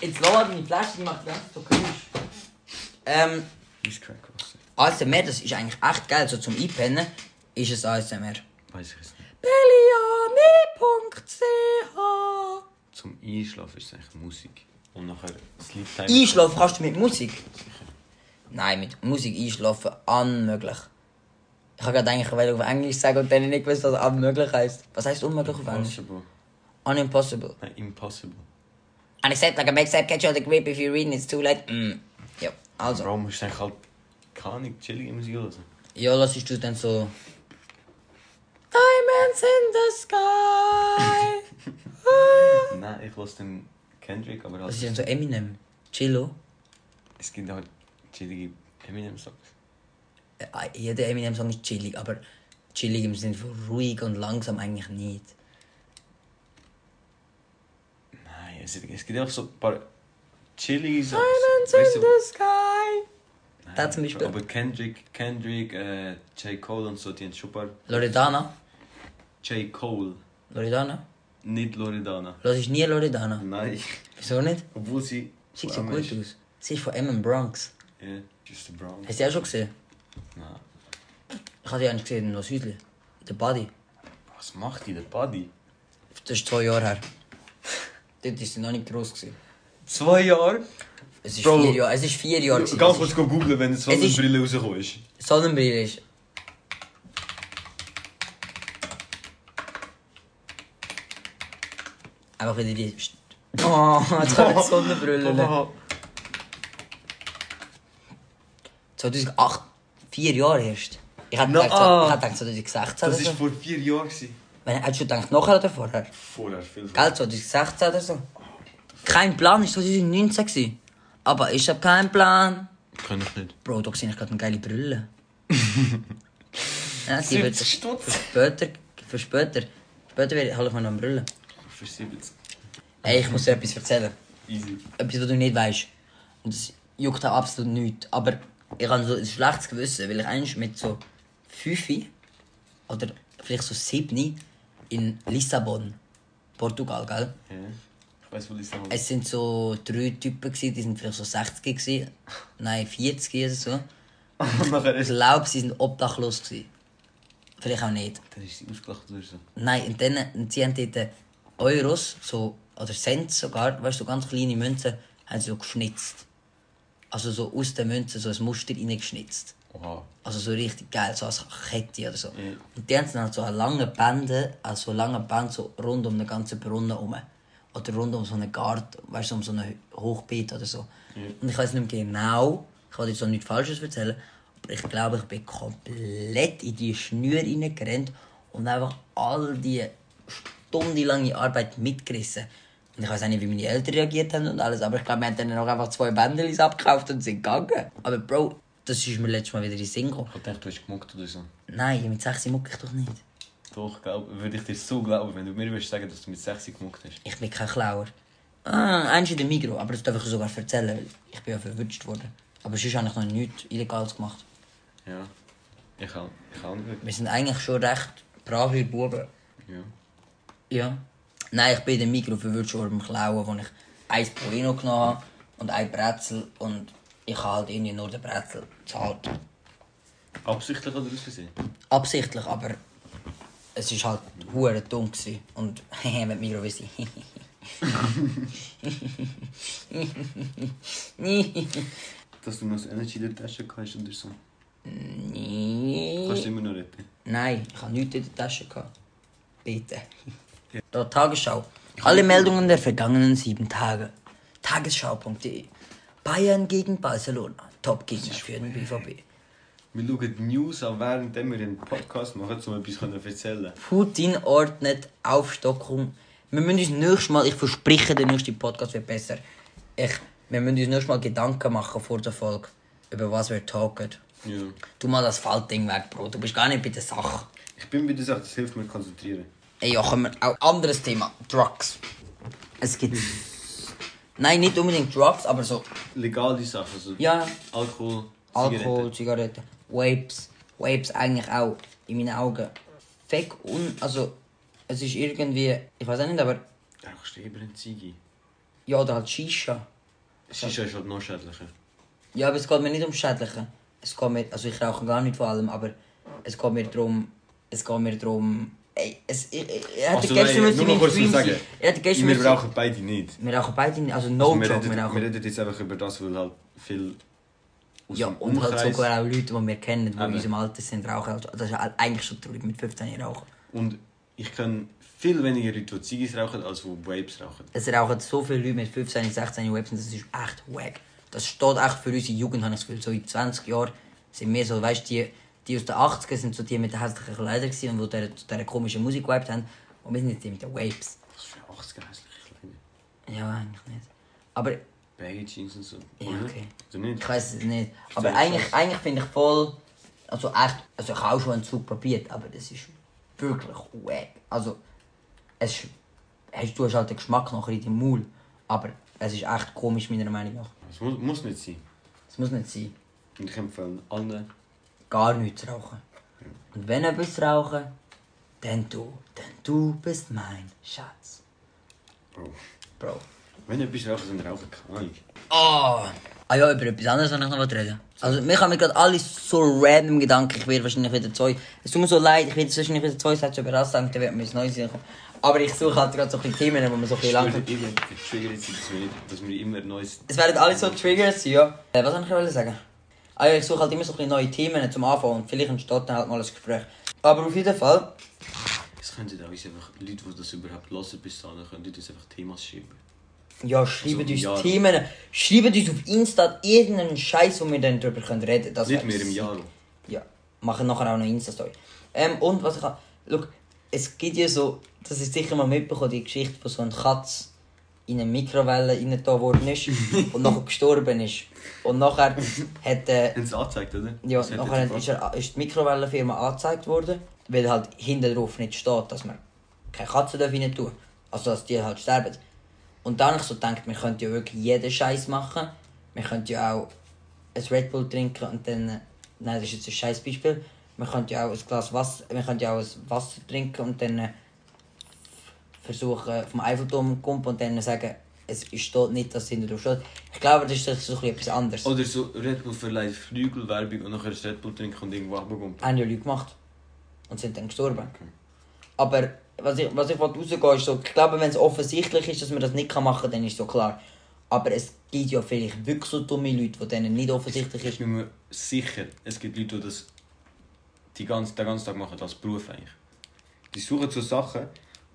[SPEAKER 1] Jetzt lass mal deine Flasche, die macht ganz so komisch. Ähm,
[SPEAKER 2] Ist Crack Wasser.
[SPEAKER 1] ASMR, das ist eigentlich echt geil, so zum Einpennen ist es ASMR.
[SPEAKER 2] Weiß ich es nicht.
[SPEAKER 1] Beliani.ch
[SPEAKER 2] Zum Einschlafen ist es eigentlich Musik. Und nachher Sleep Time.
[SPEAKER 1] Einschlafen kannst du mit Musik? Nein, mit Musik einschlafen, unmöglich. Ich habe gerade eigentlich wollte auf Englisch sagen und dann nicht gewusst, was unmöglich heißt. Was heißt unmöglich auf Englisch?
[SPEAKER 2] Impossible.
[SPEAKER 1] Unimpossible.
[SPEAKER 2] Nein, impossible.
[SPEAKER 1] And except like a makes up catch all the grip if you read it's too late. Mm. Ja, also.
[SPEAKER 2] Bro, musst du eigentlich halt keine Ahnung, chillige Musik hören.
[SPEAKER 1] Ja, lass ich du dann so. Diamonds in the sky.
[SPEAKER 2] Nein, ich lasse den Kendrick, aber
[SPEAKER 1] das ist
[SPEAKER 2] halt,
[SPEAKER 1] dann so Eminem. Chillo.
[SPEAKER 2] es gibt halt chillige Eminem-Songs.
[SPEAKER 1] Äh, Jeder Eminem-Song ist chillig, aber chillig im Sinne von ruhig und langsam eigentlich nicht.
[SPEAKER 2] Nein, es, es gibt auch so ein paar chillige Songs.
[SPEAKER 1] Diamonds
[SPEAKER 2] Weißt
[SPEAKER 1] in
[SPEAKER 2] du,
[SPEAKER 1] the sky.
[SPEAKER 2] nein,
[SPEAKER 1] Da zum Beispiel-
[SPEAKER 2] Aber Kendrick, Kendrick, äh, J. Cole und so, die haben schon ein paar...
[SPEAKER 1] Loredana.
[SPEAKER 2] J. Cole,
[SPEAKER 1] Loredana?
[SPEAKER 2] nicht Loredana.
[SPEAKER 1] Lass ich nie Loredana.
[SPEAKER 2] Nein.
[SPEAKER 1] Wieso nicht?
[SPEAKER 2] Obwohl sie...
[SPEAKER 1] Sieht so
[SPEAKER 2] Arme
[SPEAKER 1] gut
[SPEAKER 2] ist.
[SPEAKER 1] aus. Sie ist von M. Bronx.
[SPEAKER 2] Ja, Just Brown.
[SPEAKER 1] Hast du die auch schon gesehen?
[SPEAKER 2] Nein.
[SPEAKER 1] Ich habe die eigentlich gesehen, noch Südli. Der Buddy.
[SPEAKER 2] Was macht die, der Buddy?
[SPEAKER 1] Das ist zwei Jahre her. Dort war sie noch nicht groß. Gewesen.
[SPEAKER 2] Zwei Jahre?
[SPEAKER 1] Es ist
[SPEAKER 2] Bro.
[SPEAKER 1] vier Jahre. Es ist vier Jahre. gewesen.
[SPEAKER 2] Ganz
[SPEAKER 1] Es ist-
[SPEAKER 2] kurz googeln, wenn so
[SPEAKER 1] Es
[SPEAKER 2] eine
[SPEAKER 1] ist-
[SPEAKER 2] Brille rausgekommen ist.
[SPEAKER 1] Sonnenbrille ist. Einfach wieder die. St- Oh, jetzt kommt die Sonnenbrille.
[SPEAKER 2] Oh,
[SPEAKER 1] 2008. Vier Jahre erst. Ich hätte
[SPEAKER 2] Na,
[SPEAKER 1] gedacht, so- ich hätte gedacht 2016
[SPEAKER 2] das
[SPEAKER 1] oder
[SPEAKER 2] war
[SPEAKER 1] so.
[SPEAKER 2] vor vier Jahren. gewesen.
[SPEAKER 1] Wenn, hättest du gedacht, nachher oder vorher?
[SPEAKER 2] Vorher, viel vorher.
[SPEAKER 1] Gell, 2016 oder so. Kein Plan, ist 2019 gewesen. Aber ich hab keinen Plan.
[SPEAKER 2] Kann ich nicht.
[SPEAKER 1] Bro, da sehe ich gerade eine geile Brille. ja, die wird
[SPEAKER 2] 70 Stutz.
[SPEAKER 1] für später, für später. Später werde- hol ich mir noch eine Brille.
[SPEAKER 2] Für 70.
[SPEAKER 1] Ey, ich muss dir etwas erzählen.
[SPEAKER 2] Easy.
[SPEAKER 1] Etwas, was du nicht weißt. Und das juckt auch absolut nichts. Aber ich habe so ein schlechtes Gewissen, weil ich eigentlich mit so 5 oder vielleicht so 7 in Lissabon, Portugal, gell?
[SPEAKER 2] Ja. Ich weiß, wo Lissabon ist.
[SPEAKER 1] Es sind so drei Typen, gewesen, die sind vielleicht so 60 gewesen. Nein, 40 oder so.
[SPEAKER 2] Und nachher
[SPEAKER 1] Ich
[SPEAKER 2] ist...
[SPEAKER 1] glaube, sie sind obdachlos. Gewesen. Vielleicht auch nicht.
[SPEAKER 2] Dann ist sie ausgelacht oder so.
[SPEAKER 1] Nein, und dann und sie haben dort Euros, so, oder Cent sogar, weißt du, so ganz kleine Münzen, haben sie so geschnitzt. Also so aus den Münzen so ein Muster reingeschnitzt.
[SPEAKER 2] Oha.
[SPEAKER 1] Also so richtig geil, so als Kette oder so.
[SPEAKER 2] Ja.
[SPEAKER 1] Und die haben sie dann halt so an langen Bänden, an so langen Bänden so rund um den ganzen Brunnen herum. Oder rund um so einen Garten, weißt du, um so ein Hochbeet oder so. Und ich weiß nicht mehr genau, ich kann dir so nichts Falsches erzählen, aber ich glaube, ich bin komplett in die Schnür reingerannt und einfach all die stundenlange Arbeit mitgerissen. Und ich weiß auch nicht, wie meine Eltern reagiert haben und alles, aber ich glaube, wir haben dann noch einfach zwei Bändelis abgekauft und sind gegangen. Aber Bro, das ist mir letztes Mal wieder in den Sinn gekommen.
[SPEAKER 2] Ich hab gedacht, du hast gemuckt oder so.
[SPEAKER 1] Nein, mit 6 muck ich doch nicht.
[SPEAKER 2] Doch, glaub, würde ich dir so glauben, wenn du mir würdest sagen, dass du mit 60 gemuckt hast.
[SPEAKER 1] Ich bin kein Klauer. Ah, eins in der Migro, aber das darf ich sogar erzählen, weil ich bin ja verwünscht worden. Aber sonst habe ich noch nichts Illegales gemacht.
[SPEAKER 2] Ja. Ich kann, ich kann auch nicht wirklich.
[SPEAKER 1] Wir sind eigentlich schon recht brave Buben.
[SPEAKER 2] Ja.
[SPEAKER 1] Ja. Nein, ich bin in der Mikro für Würzschorben klauen, wo ich ein Polino genommen habe und ein Brezel und ich habe halt irgendwie nur den Brezel gezahlt.
[SPEAKER 2] Absichtlich oder aus Versehen?
[SPEAKER 1] Absichtlich, aber es war halt hure dumm gewesen. und mit Mikro weiss ich.
[SPEAKER 2] Dass du noch das Energy in der Tasche hast oder so. Kannst du
[SPEAKER 1] Nee.
[SPEAKER 2] immer noch retten.
[SPEAKER 1] Nein, ich habe nichts in der Tasche gehabt. Bitte. Da, Tagesschau. Alle Meldungen der vergangenen sieben Tage. Tagesschau.de. Bayern gegen Barcelona. Top-Gegner für den BVB.
[SPEAKER 2] Wir schauen die News an, während wir einen Podcast machen, um etwas zu erzählen.
[SPEAKER 1] Putin ordnet Aufstockung. Wir müssen uns nächstes Mal, ich verspreche, der nächste Podcast wird besser. Ich, wir müssen uns nächstes Mal Gedanken machen vor der Folge, über was wir talken.
[SPEAKER 2] Ja.
[SPEAKER 1] Tu mal das Faltding weg, Bro. Du bist gar nicht bei der Sache.
[SPEAKER 2] Ich bin bei der Sache, das hilft mir konzentrieren.
[SPEAKER 1] Ey, ja, kommen wir auch anderes Thema. Drugs. Es gibt. Nein, nicht unbedingt Drugs, aber so.
[SPEAKER 2] Legale Sachen, also
[SPEAKER 1] Ja,
[SPEAKER 2] Alkohol,
[SPEAKER 1] Alkohol, Zigaretten, Vapes. Vapes eigentlich auch in meinen Augen. Fake und. Also, es ist irgendwie. Ich weiß auch nicht, aber.
[SPEAKER 2] Da kannst du eben eine Ziege.
[SPEAKER 1] Ja, oder halt Shisha.
[SPEAKER 2] Shisha ist halt noch schädlicher.
[SPEAKER 1] Ja, aber es geht mir nicht um Schädliche. Es geht mir, also ich rauche gar nicht vor allem, aber es geht mir darum, es geht mir darum, ey, es, ich, ich, ich hätte
[SPEAKER 2] Also,
[SPEAKER 1] gestern
[SPEAKER 2] nein,
[SPEAKER 1] müssen
[SPEAKER 2] nur noch
[SPEAKER 1] meinen
[SPEAKER 2] kurz
[SPEAKER 1] Stream
[SPEAKER 2] sagen.
[SPEAKER 1] sein. Ich hätte gestern
[SPEAKER 2] Wir
[SPEAKER 1] müssen-
[SPEAKER 2] brauchen beide nicht.
[SPEAKER 1] wir rauchen beide nicht, also no
[SPEAKER 2] wir,
[SPEAKER 1] joke,
[SPEAKER 2] reden,
[SPEAKER 1] wir
[SPEAKER 2] wir
[SPEAKER 1] rauchen.
[SPEAKER 2] reden jetzt einfach über das, weil halt viel aus
[SPEAKER 1] Ja,
[SPEAKER 2] dem
[SPEAKER 1] und halt
[SPEAKER 2] Umkreis-
[SPEAKER 1] sogar auch Leute, die wir kennen, die in
[SPEAKER 2] Eben.
[SPEAKER 1] unserem Alter sind, rauchen. Also, das ist ja eigentlich schon traurig, mit 15 rauchen.
[SPEAKER 2] Und ich kenne viel weniger Leute, die Ziggis rauchen, als die Vapes rauchen.
[SPEAKER 1] Es rauchen so viele Leute mit 15, 16 Webs und das ist echt wack. Das steht echt für unsere Jugend, habe ich das Gefühl. So in 20 Jahren sind wir so, weißt du, die, die aus den 80ern sind so die mit den hässlichen Kleidern gewesen und die zu dieser komischen Musik gewiped haben. Und wir sind jetzt die mit den Waves.
[SPEAKER 2] Das ist für 80er hässliche Kleider.
[SPEAKER 1] Ja, eigentlich nicht. Aber
[SPEAKER 2] Baggy Jeans und so.
[SPEAKER 1] Ja,
[SPEAKER 2] oder?
[SPEAKER 1] okay.
[SPEAKER 2] Oder nicht?
[SPEAKER 1] ich weiß es nicht. Aber
[SPEAKER 2] Verstehe ich
[SPEAKER 1] eigentlich,
[SPEAKER 2] schon.
[SPEAKER 1] eigentlich finde ich voll. Also echt, also ich habe auch schon einen Zug probiert, aber das ist wirklich wack. Also, es ist, hast, du hast halt den Geschmack nachher in deinem Maul. Aber es ist echt komisch, meiner Meinung nach.
[SPEAKER 2] Das muss, muss nicht sein.
[SPEAKER 1] Es muss nicht sein.
[SPEAKER 2] Und ich empfehle allen,
[SPEAKER 1] gar nichts rauchen. Und wenn etwas rauchen, dann du. Denn du bist mein Schatz.
[SPEAKER 2] Bro,
[SPEAKER 1] Bro.
[SPEAKER 2] wenn ihr etwas rauchen, dann rauchen keine Ahnung.
[SPEAKER 1] Ah! Ah ja, über etwas anderes wollte ich noch was reden. Also, mir haben mir gerade alle so random Gedanken. Ich werde wahrscheinlich wieder zwei. Es tut mir so leid, ich werde jetzt wahrscheinlich wieder zwei Sätze über das sagen, dann wird mir das Neues kommen. Aber ich suche halt gerade so ein bisschen Themen, wo man so ein bisschen lang.
[SPEAKER 2] Ich würde immer getriggert sein, dass wir, nicht, dass wir immer neues.
[SPEAKER 1] Es werden alle so Triggers, ja. Äh, was wollte ich gerade sagen? Ah ja, ich suche halt immer so ein bisschen neue Themen zum Anfang und vielleicht entsteht dann halt mal ein Gespräch. Aber auf jeden Fall,
[SPEAKER 2] Es könnten auch uns einfach Leute, die das überhaupt hören, bis dahin, könnten uns einfach Themas schieben.
[SPEAKER 1] Ja, schreibt
[SPEAKER 2] Also im
[SPEAKER 1] uns
[SPEAKER 2] Jahr.
[SPEAKER 1] Themen. Schreibt uns auf Insta irgendeinen Scheiß, wo wir dann drüber können reden können.
[SPEAKER 2] Nicht mehr im Jahr.
[SPEAKER 1] Ja, machen nachher auch noch Insta-Story. Ähm, und was ich auch. Look, es gibt ja so. Das ist sicher mal mitbekommen, die Geschichte, wo so ein Katz in eine Mikrowelle reingetan worden ist und nachher gestorben ist. Und nachher hat. Äh,
[SPEAKER 2] Haben sie angezeigt, oder?
[SPEAKER 1] ja,
[SPEAKER 2] Das hat
[SPEAKER 1] nachher
[SPEAKER 2] jetzt
[SPEAKER 1] ist, er, ist die Mikrowellenfirma angezeigt worden, weil halt hinten drauf nicht steht, dass man keine Katzen darf rein tun. Also dass die halt sterben. Und dann habe ich so gedacht, wir könnten ja wirklich jeden Scheiß machen. Wir könnten ja auch ein Red Bull trinken und dann. äh, Nein, das ist jetzt ein scheiß Beispiel. Wir könnten ja auch ein Glas Wasser. Wir könnten ja auch ein Wasser trinken und dann äh, versuchen vom Eiffelturm zu und dann sagen, es steht nicht, dass es hinten drauf steht. Ich glaube, das ist so ein bisschen etwas anderes.
[SPEAKER 2] Oder so Red Bull verleiht Flügelwerbung und nachher ist Red Bull trinken und irgendwo abgumpen.
[SPEAKER 1] haben ja Leute gemacht und sind dann gestorben. Aber was ich, was ich wollte rausgehen ist so, ich glaube, wenn es offensichtlich ist, dass man das nicht kann machen kann, dann ist so klar. Aber es gibt ja vielleicht wirklich so dumme Leute, die denen nicht offensichtlich
[SPEAKER 2] Ich
[SPEAKER 1] ist.
[SPEAKER 2] bin mir sicher, es gibt Leute, die das die ganze, den ganzen Tag machen, als Beruf eigentlich. Die suchen so Sachen,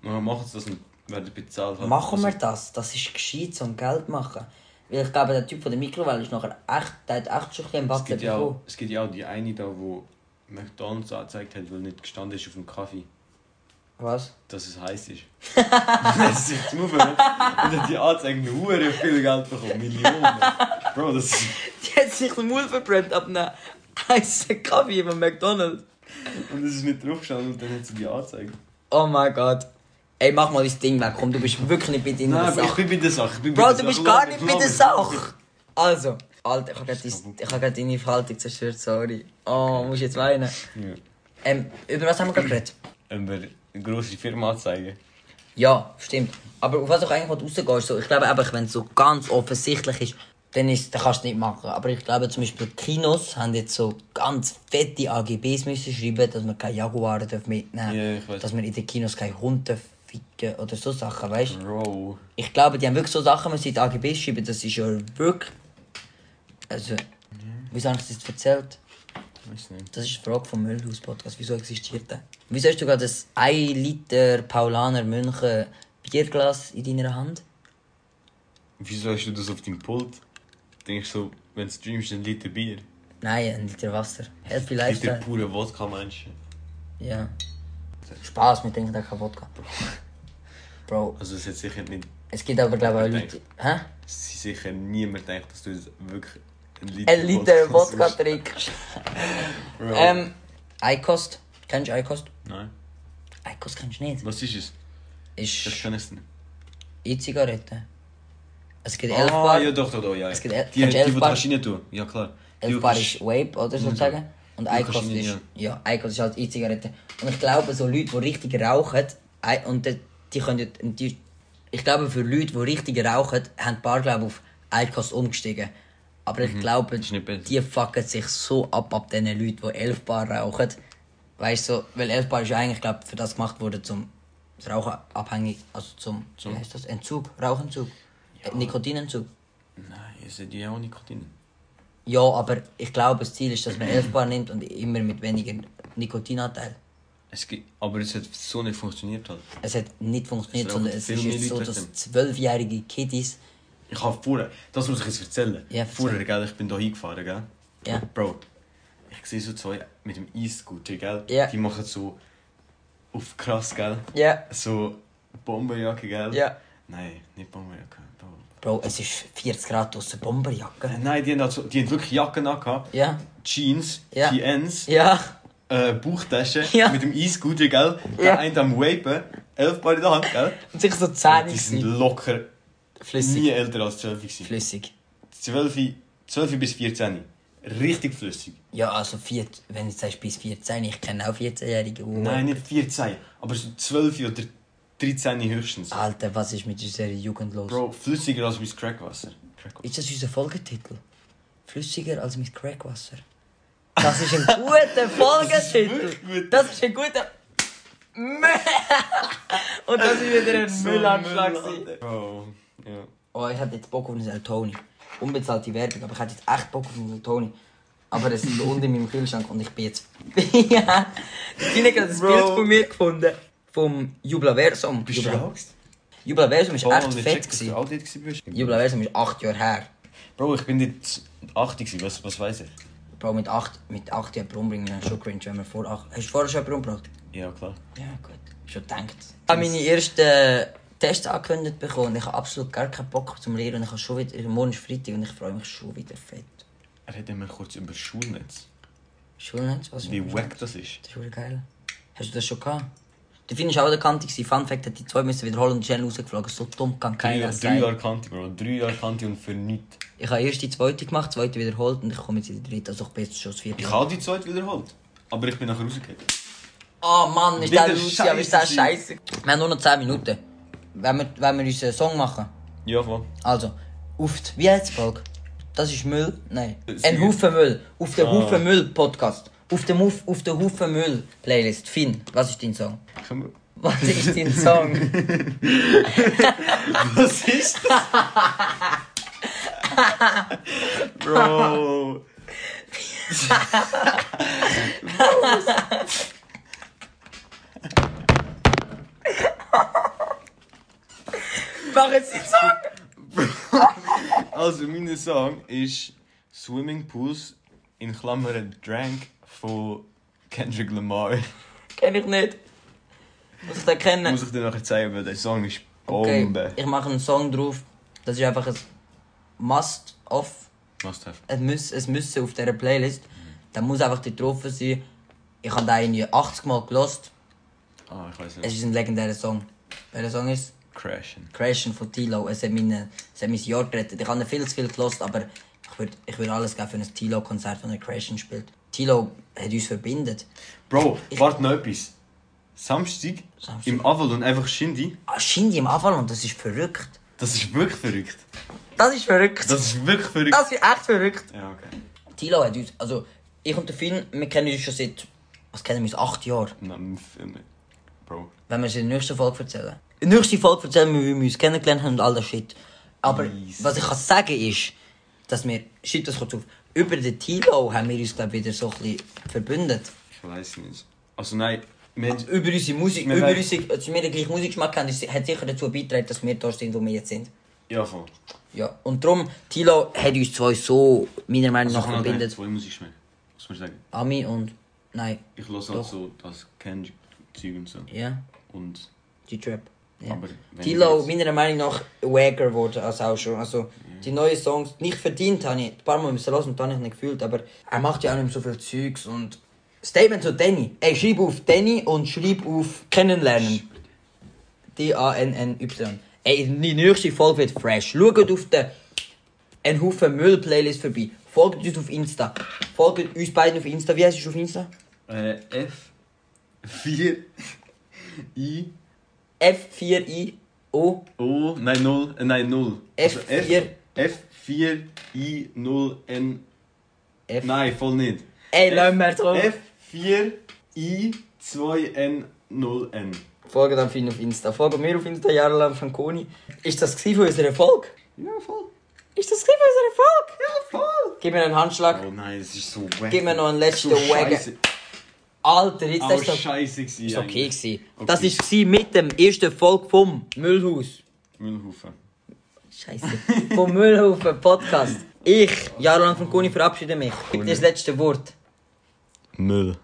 [SPEAKER 2] und dann machen sie das und werden bezahlt. halt.
[SPEAKER 1] Machen wir
[SPEAKER 2] Also,
[SPEAKER 1] das? Das ist gescheit, um Geld zu machen. Weil ich glaube, der Typ von der Mikrowelle ist nachher echt, der hat echt schon ein bisschen
[SPEAKER 2] es
[SPEAKER 1] Wasser
[SPEAKER 2] gibt, ja auch,
[SPEAKER 1] bekommen.
[SPEAKER 2] es gibt ja auch die eine da, wo McDonalds angezeigt hat, weil nicht gestanden ist auf dem Kaffee,
[SPEAKER 1] Was?
[SPEAKER 2] dass es heiß ist. das ist jetzt nur Und hat die Anzeige hure viel Geld bekommen, Millionen. Bro, das ist...
[SPEAKER 1] Die hat sich den Mund verbrannt ab einem heißen Kaffee bei McDonalds.
[SPEAKER 2] Und es ist nicht draufgestanden und dann hat sie die Anzeige.
[SPEAKER 1] Oh mein Gott. Ey, mach mal dein Ding weg, komm, du bist wirklich nicht bei deiner
[SPEAKER 2] Nein, aber
[SPEAKER 1] Sache.
[SPEAKER 2] ich bin bei der Sache. ich bin bei
[SPEAKER 1] Bro,
[SPEAKER 2] der
[SPEAKER 1] du
[SPEAKER 2] Sache.
[SPEAKER 1] bist gar
[SPEAKER 2] Lass
[SPEAKER 1] nicht
[SPEAKER 2] mich,
[SPEAKER 1] bei der
[SPEAKER 2] lass mich.
[SPEAKER 1] Sache. Also, Alter, ich habe gerade dein- ich hab grad deine Verhaltung zerstört, sorry. Oh, musst jetzt weinen.
[SPEAKER 2] Ja.
[SPEAKER 1] Ähm, über was haben wir gerade geredet?
[SPEAKER 2] Über eine grosse Firma anzeigen.
[SPEAKER 1] Ja, stimmt. Aber auf was ich eigentlich rausgehe, ist so, ich glaube einfach, wenn es so ganz offensichtlich ist, dann, ist, dann kannst du es nicht machen. Aber ich glaube zum Beispiel, die Kinos haben jetzt so ganz fette AGBs müssen schreiben, dass man keine Jaguar darf mitnehmen
[SPEAKER 2] Ja, ich weiß.
[SPEAKER 1] dass man in den Kinos keinen Hund darf ficken oder so Sachen, weißt du?
[SPEAKER 2] Bro.
[SPEAKER 1] Ich glaube, die haben wirklich so Sachen müssen in die AGBs schreiben, das ist ja wirklich... Also, wieso habe ich das jetzt erzählt?
[SPEAKER 2] Weiß nicht.
[SPEAKER 1] Das ist die Frage vom Müllhaus-Podcast. Wieso existiert der? Wieso hast du gerade das 1 Liter Paulaner München Bierglas in deiner Hand?
[SPEAKER 2] Wieso dus hast du das auf deinem Pult? Denkst du so, wenn du streamst, ein Liter Bier?
[SPEAKER 1] Nein, ein Liter Wasser. Healthy
[SPEAKER 2] Liter
[SPEAKER 1] Lifestyle.
[SPEAKER 2] pure Wodka, Menschen.
[SPEAKER 1] Ja. Spaß, wir denken da kein Wodka. Bro,
[SPEAKER 2] Also, es hat sicher nicht.
[SPEAKER 1] es gibt aber glaube ich auch Leute...
[SPEAKER 2] Denkt.
[SPEAKER 1] Hä?
[SPEAKER 2] Es ist sicher niemand denkt, dass du jetzt wirklich ein dus Liter,
[SPEAKER 1] Ein Liter Wodka
[SPEAKER 2] trinkst.
[SPEAKER 1] trinkst.
[SPEAKER 2] Bro.
[SPEAKER 1] Ähm, Eikost. Kennst du Eikost?
[SPEAKER 2] Nein.
[SPEAKER 1] Eikost kennst du nicht.
[SPEAKER 2] Was ist es? Das
[SPEAKER 1] Ist
[SPEAKER 2] kann ich nicht.
[SPEAKER 1] E-Zigarette. Es gibt 11
[SPEAKER 2] Ah,
[SPEAKER 1] Bar.
[SPEAKER 2] ja, doch, doch, doch, ja. ja.
[SPEAKER 1] Es gibt el-
[SPEAKER 2] die,
[SPEAKER 1] kennst
[SPEAKER 2] die,
[SPEAKER 1] du
[SPEAKER 2] die, die
[SPEAKER 1] elf
[SPEAKER 2] du
[SPEAKER 1] Bar?
[SPEAKER 2] kannst rein tun. Ja, klar. Die,
[SPEAKER 1] Elf
[SPEAKER 2] du
[SPEAKER 1] Bar
[SPEAKER 2] kannst-
[SPEAKER 1] ist Vape, oder sozusagen. Und
[SPEAKER 2] kannst
[SPEAKER 1] Eikost
[SPEAKER 2] ihn,
[SPEAKER 1] ist.
[SPEAKER 2] ja.
[SPEAKER 1] Ja, Eikost ist halt E-Zigarette. Und ich glaube, so Leute, die richtig rauchen, Ei- und die, die können. Die, ich glaube, für Leute, die richtig rauchen, haben die Bar, glaube ich, auf Eikost umgestiegen. Aber
[SPEAKER 2] Mhm.
[SPEAKER 1] ich glaube,
[SPEAKER 2] ist nicht besser.
[SPEAKER 1] die fucken sich so ab ab diesen Leuten, die elf Bar rauchen. Weißt du, so, weil elf Bar ist ja eigentlich, glaube für das gemacht worden, zum das Rauchen abhängig, also zum, wie heißt das? Entzug, Rauchentzug. Äh, Nikotinentzug.
[SPEAKER 2] Nein, es hat ja auch Nikotin.
[SPEAKER 1] Ja, aber ich glaube, das Ziel ist, dass man 11 Bar nimmt und immer mit weniger Nikotinanteil.
[SPEAKER 2] Es gibt, aber es hat so nicht funktioniert halt.
[SPEAKER 1] Es hat nicht funktioniert,
[SPEAKER 2] Es rauchen
[SPEAKER 1] sondern es
[SPEAKER 2] viel
[SPEAKER 1] ist
[SPEAKER 2] mehr
[SPEAKER 1] jetzt so,
[SPEAKER 2] Leute
[SPEAKER 1] dass
[SPEAKER 2] trotzdem.
[SPEAKER 1] zwölfjährige Kiddies.
[SPEAKER 2] Ich habe vorher, das muss ich jetzt erzählen.
[SPEAKER 1] Ja, erzähl.
[SPEAKER 2] vorher, gell, ich bin da hingefahren, gell?
[SPEAKER 1] Ja.
[SPEAKER 2] Bro, ich sehe so zwei mit dem E-Scooter, gell?
[SPEAKER 1] Ja.
[SPEAKER 2] Die machen so auf krass, gell?
[SPEAKER 1] Ja.
[SPEAKER 2] So Bomberjacke, gell?
[SPEAKER 1] Ja.
[SPEAKER 2] Nein, nicht Bomberjacke. Bro.
[SPEAKER 1] Bro, es ist 40 Grad aus Bomberjacke.
[SPEAKER 2] Nein, die haben, also, die haben wirklich Jacken angehabt.
[SPEAKER 1] Ja.
[SPEAKER 2] Jeans,
[SPEAKER 1] Ja.
[SPEAKER 2] TNs,
[SPEAKER 1] Ja.
[SPEAKER 2] äh, Bauchtasche
[SPEAKER 1] Ja.
[SPEAKER 2] mit dem E-Scooter, gell?
[SPEAKER 1] Ja.
[SPEAKER 2] Der eine am Vapen, elf Bar in der Hand, gell?
[SPEAKER 1] Und sich so Zähne
[SPEAKER 2] Die sind
[SPEAKER 1] gewesen.
[SPEAKER 2] locker nie
[SPEAKER 1] Flüssig.
[SPEAKER 2] älter als 12 gewesen.
[SPEAKER 1] Flüssig.
[SPEAKER 2] 12, 12 bis 14. Richtig flüssig.
[SPEAKER 1] Ja, also vier, wenn du sagst bis 14, ich kenne auch 14-Jährige. die-
[SPEAKER 2] Nein, nicht 14, aber so 12 oder 13 höchstens.
[SPEAKER 1] Alter, was ist mit unserer Jugend los?
[SPEAKER 2] Bro, flüssiger als mein Crackwasser. Crackwasser.
[SPEAKER 1] Ist das unser Folgetitel? Flüssiger als mit Crackwasser. Das ist ein guter Folgetitel.
[SPEAKER 2] gut.
[SPEAKER 1] Das ist ein guter. Müll. Und das ist wieder ein Müllanschlag. gewesen.
[SPEAKER 2] Bro, ja.
[SPEAKER 1] Oh, ich hatte jetzt Bock auf einen El Toni. Unbezahlte Werbung, aber ich hatte jetzt echt Bock auf einen El Toni. Aber es ist unten in meinem Kühlschrank und ich bin jetzt. ja. Ich habe das Bild von mir gefunden. Vom Jublaversum.
[SPEAKER 2] Bist du
[SPEAKER 1] Jubla-
[SPEAKER 2] Angst?
[SPEAKER 1] Jublaversum ist
[SPEAKER 2] Oh,
[SPEAKER 1] echt
[SPEAKER 2] und ich check,
[SPEAKER 1] fett.
[SPEAKER 2] dass du
[SPEAKER 1] gewesen.
[SPEAKER 2] alt warst.
[SPEAKER 1] Jublaversum ist acht Jahre her.
[SPEAKER 2] Bro, ich bin jetzt 8 gewesen, was, was weiß ich?
[SPEAKER 1] Bro, mit 8 mit acht jemanden umbringen, dann schon cringe, wenn man vor 8... Hast du vorher schon jemanden umgebracht?
[SPEAKER 2] Ja, klar.
[SPEAKER 1] Ja, gut. Schon gedacht. Ich habe meine ersten Tests angekündigt bekommen. Ich habe absolut gar keinen Bock zum Lehren und ich habe schon wieder... Morgen ist Freitag und ich freue mich schon wieder fett.
[SPEAKER 2] Reden wir kurz über Schulnetz.
[SPEAKER 1] Schulnetz? Was
[SPEAKER 2] Wie wack das ist.
[SPEAKER 1] Das ist schon geil. dus Hast du das schon gehabt? Der Finn war auch der Kante. gewesen. Fun Fact hat die zwei müssen wiederholen und ist schnell rausgeflogen. So dumm kann
[SPEAKER 2] Drei,
[SPEAKER 1] keiner
[SPEAKER 2] drei
[SPEAKER 1] sein.
[SPEAKER 2] Jahre Kante, Bro. Drei Jahre Kante und für nichts.
[SPEAKER 1] Ich habe erst die zweite gemacht, zweite wiederholt und ich komme jetzt in die dritte. Also ich bin jetzt schon das vierte.
[SPEAKER 2] Ich habe die zweite wiederholt, aber ich bin nachher rausgekommen.
[SPEAKER 1] Oh Mann, ist
[SPEAKER 2] Wieder
[SPEAKER 1] der Lucia, ist der
[SPEAKER 2] scheisse
[SPEAKER 1] scheiße. Wir haben nur noch 10 Minuten. Wenn wir, wenn wir unseren eh, Song machen.
[SPEAKER 2] Ja, voll.
[SPEAKER 1] Also, auf die, wie heißt Volk? Das ist Müll? Nein.
[SPEAKER 2] Das
[SPEAKER 1] Ein
[SPEAKER 2] ist-
[SPEAKER 1] Haufen Müll. Auf den
[SPEAKER 2] Äh, Ah.
[SPEAKER 1] Haufen Müll Podcast. Auf dem Huf- auf den Haufen Müll Playlist. Finn, was ist dein Song?
[SPEAKER 2] Können wir-
[SPEAKER 1] Was ist dein Song?
[SPEAKER 2] Was ist das? Bro.
[SPEAKER 1] Mach jetzt deinen Song!
[SPEAKER 2] Also, mein Song ist Swimming Pools in Klammern Drank von Kendrick Lamar.
[SPEAKER 1] Kenn ich nicht. Muss ich den kennen?
[SPEAKER 2] Muss ich dir nachher zeigen, weil der Song ist
[SPEAKER 1] Okay,
[SPEAKER 2] Bombe.
[SPEAKER 1] ich mache einen Song drauf. Das ist einfach ein Must-Off.
[SPEAKER 2] Must have.
[SPEAKER 1] es muss, es müssen auf dieser Playlist, dann muss einfach dort drauf sein. Ich habe den irgendwie 80 Mal gelost.
[SPEAKER 2] Ah, ich weiß
[SPEAKER 1] Es
[SPEAKER 2] nicht.
[SPEAKER 1] ist ein legendärer Song. Welcher Song ist?
[SPEAKER 2] Crashen.
[SPEAKER 1] Crashen von Tilo. Es hat, meine, es hat mein Jahr gerettet. Ich habe ihn viel zu viel gelost, aber ich Ich würde ich würd alles geben für ein Tilo-Konzert, wenn er Creation spielt. Tilo hat uns verbindet.
[SPEAKER 2] Bro,
[SPEAKER 1] Ich-
[SPEAKER 2] warte noch etwas. Samstag,
[SPEAKER 1] Samstag.
[SPEAKER 2] im Avalon einfach Shindy.
[SPEAKER 1] Ah, Shindy im Avalon, das ist verrückt.
[SPEAKER 2] Das ist wirklich verrückt.
[SPEAKER 1] Das ist verrückt.
[SPEAKER 2] Das ist wirklich verrückt.
[SPEAKER 1] das ist echt verrückt.
[SPEAKER 2] Ja, okay.
[SPEAKER 1] Tilo hat uns, also ich und der Finn, wir kennen uns schon seit, was kennen wir uns, acht Jahren.
[SPEAKER 2] Nein, Film. Nou, Bro.
[SPEAKER 1] Wenn wir es in der nächsten Folge erzählen. In der nächsten Folge erzählen wir, wie wir uns kennengelernt haben und all das Shit. Aber
[SPEAKER 2] Nice.
[SPEAKER 1] was ich kann sagen ist, dass wir, shit, das kommt auf, über den Tilo haben wir uns, glaube ich, wieder so ein bisschen verbündet.
[SPEAKER 2] Ich weiß nicht. Also nein, wir,
[SPEAKER 1] Über unsere Musik, äh,
[SPEAKER 2] Wir
[SPEAKER 1] über
[SPEAKER 2] werden-
[SPEAKER 1] unsere, dass wir den gleichen Musikgeschmack haben, ist- hat sicher dazu beigetragen, dass wir da sind, wo wir jetzt sind.
[SPEAKER 2] ja voll.
[SPEAKER 1] Ja, und darum, Tilo hat uns zwei so, meiner Meinung nach,
[SPEAKER 2] Ich kann halt
[SPEAKER 1] verbindet.
[SPEAKER 2] zwei Musik schmecken. Was muss ich sagen?
[SPEAKER 1] Ami und, nein,
[SPEAKER 2] Ich höre halt
[SPEAKER 1] Doch.
[SPEAKER 2] so das Kendrick-Zeug und so.
[SPEAKER 1] ja.
[SPEAKER 2] Und
[SPEAKER 1] Die Trap. Ja.
[SPEAKER 2] Aber wenn
[SPEAKER 1] Tilo,
[SPEAKER 2] ich
[SPEAKER 1] meiner Meinung nach, wager geworden als auch schon. Also, die neuen Songs, nicht verdient habe ich. Ein paar Mal müssen hören und dann habe ich nicht gefühlt, aber er macht ja auch nicht mehr so viel Zeugs und... Statement zu Danny. Ey, schreib auf Danny und schreib auf Kennenlernen. D-A-N-N-Y. Ey, die nächste Folge wird fresh. Schaut auf den «Ein Haufen Müll»-Playlist vorbei. Folgt uns auf Insta. Folgt uns beiden auf Insta. Wie heißt du auf Insta?
[SPEAKER 2] äh, F 4 I
[SPEAKER 1] F4IO.
[SPEAKER 2] O nein 0 äh, nein 0.
[SPEAKER 1] F4.
[SPEAKER 2] F 4 I 0 N
[SPEAKER 1] F.
[SPEAKER 2] nein voll nicht.
[SPEAKER 1] Ey, lass mir drauf.
[SPEAKER 2] F 4 I 2 N 0 N.
[SPEAKER 1] Folgt dann Finn auf Insta. Folgt mir auf Insta, jahrelang von Koni. Ist das gewesen für unseren Erfolg?
[SPEAKER 2] Ja voll.
[SPEAKER 1] Ist das gewesen für unseren Erfolg?
[SPEAKER 2] Ja voll.
[SPEAKER 1] Gib mir einen Handschlag.
[SPEAKER 2] Oh nein, das ist so wack.
[SPEAKER 1] Gib mir noch einen letzten
[SPEAKER 2] so
[SPEAKER 1] Wagen.
[SPEAKER 2] scheiße.
[SPEAKER 1] Alter, jetzt
[SPEAKER 2] Auch
[SPEAKER 1] ist das
[SPEAKER 2] Oh, scheiße gewesen.
[SPEAKER 1] ist okay
[SPEAKER 2] eigentlich.
[SPEAKER 1] gewesen.
[SPEAKER 2] Okay.
[SPEAKER 1] Das ist gewesen mit dem ersten Erfolg vom Müllhaus.
[SPEAKER 2] Müllhaufen.
[SPEAKER 1] Scheiße. Vom Müllhaufen Podcast. Ich, jahrelang von Koni, verabschiede mich. Gib dir das letzte Wort.
[SPEAKER 2] Müll.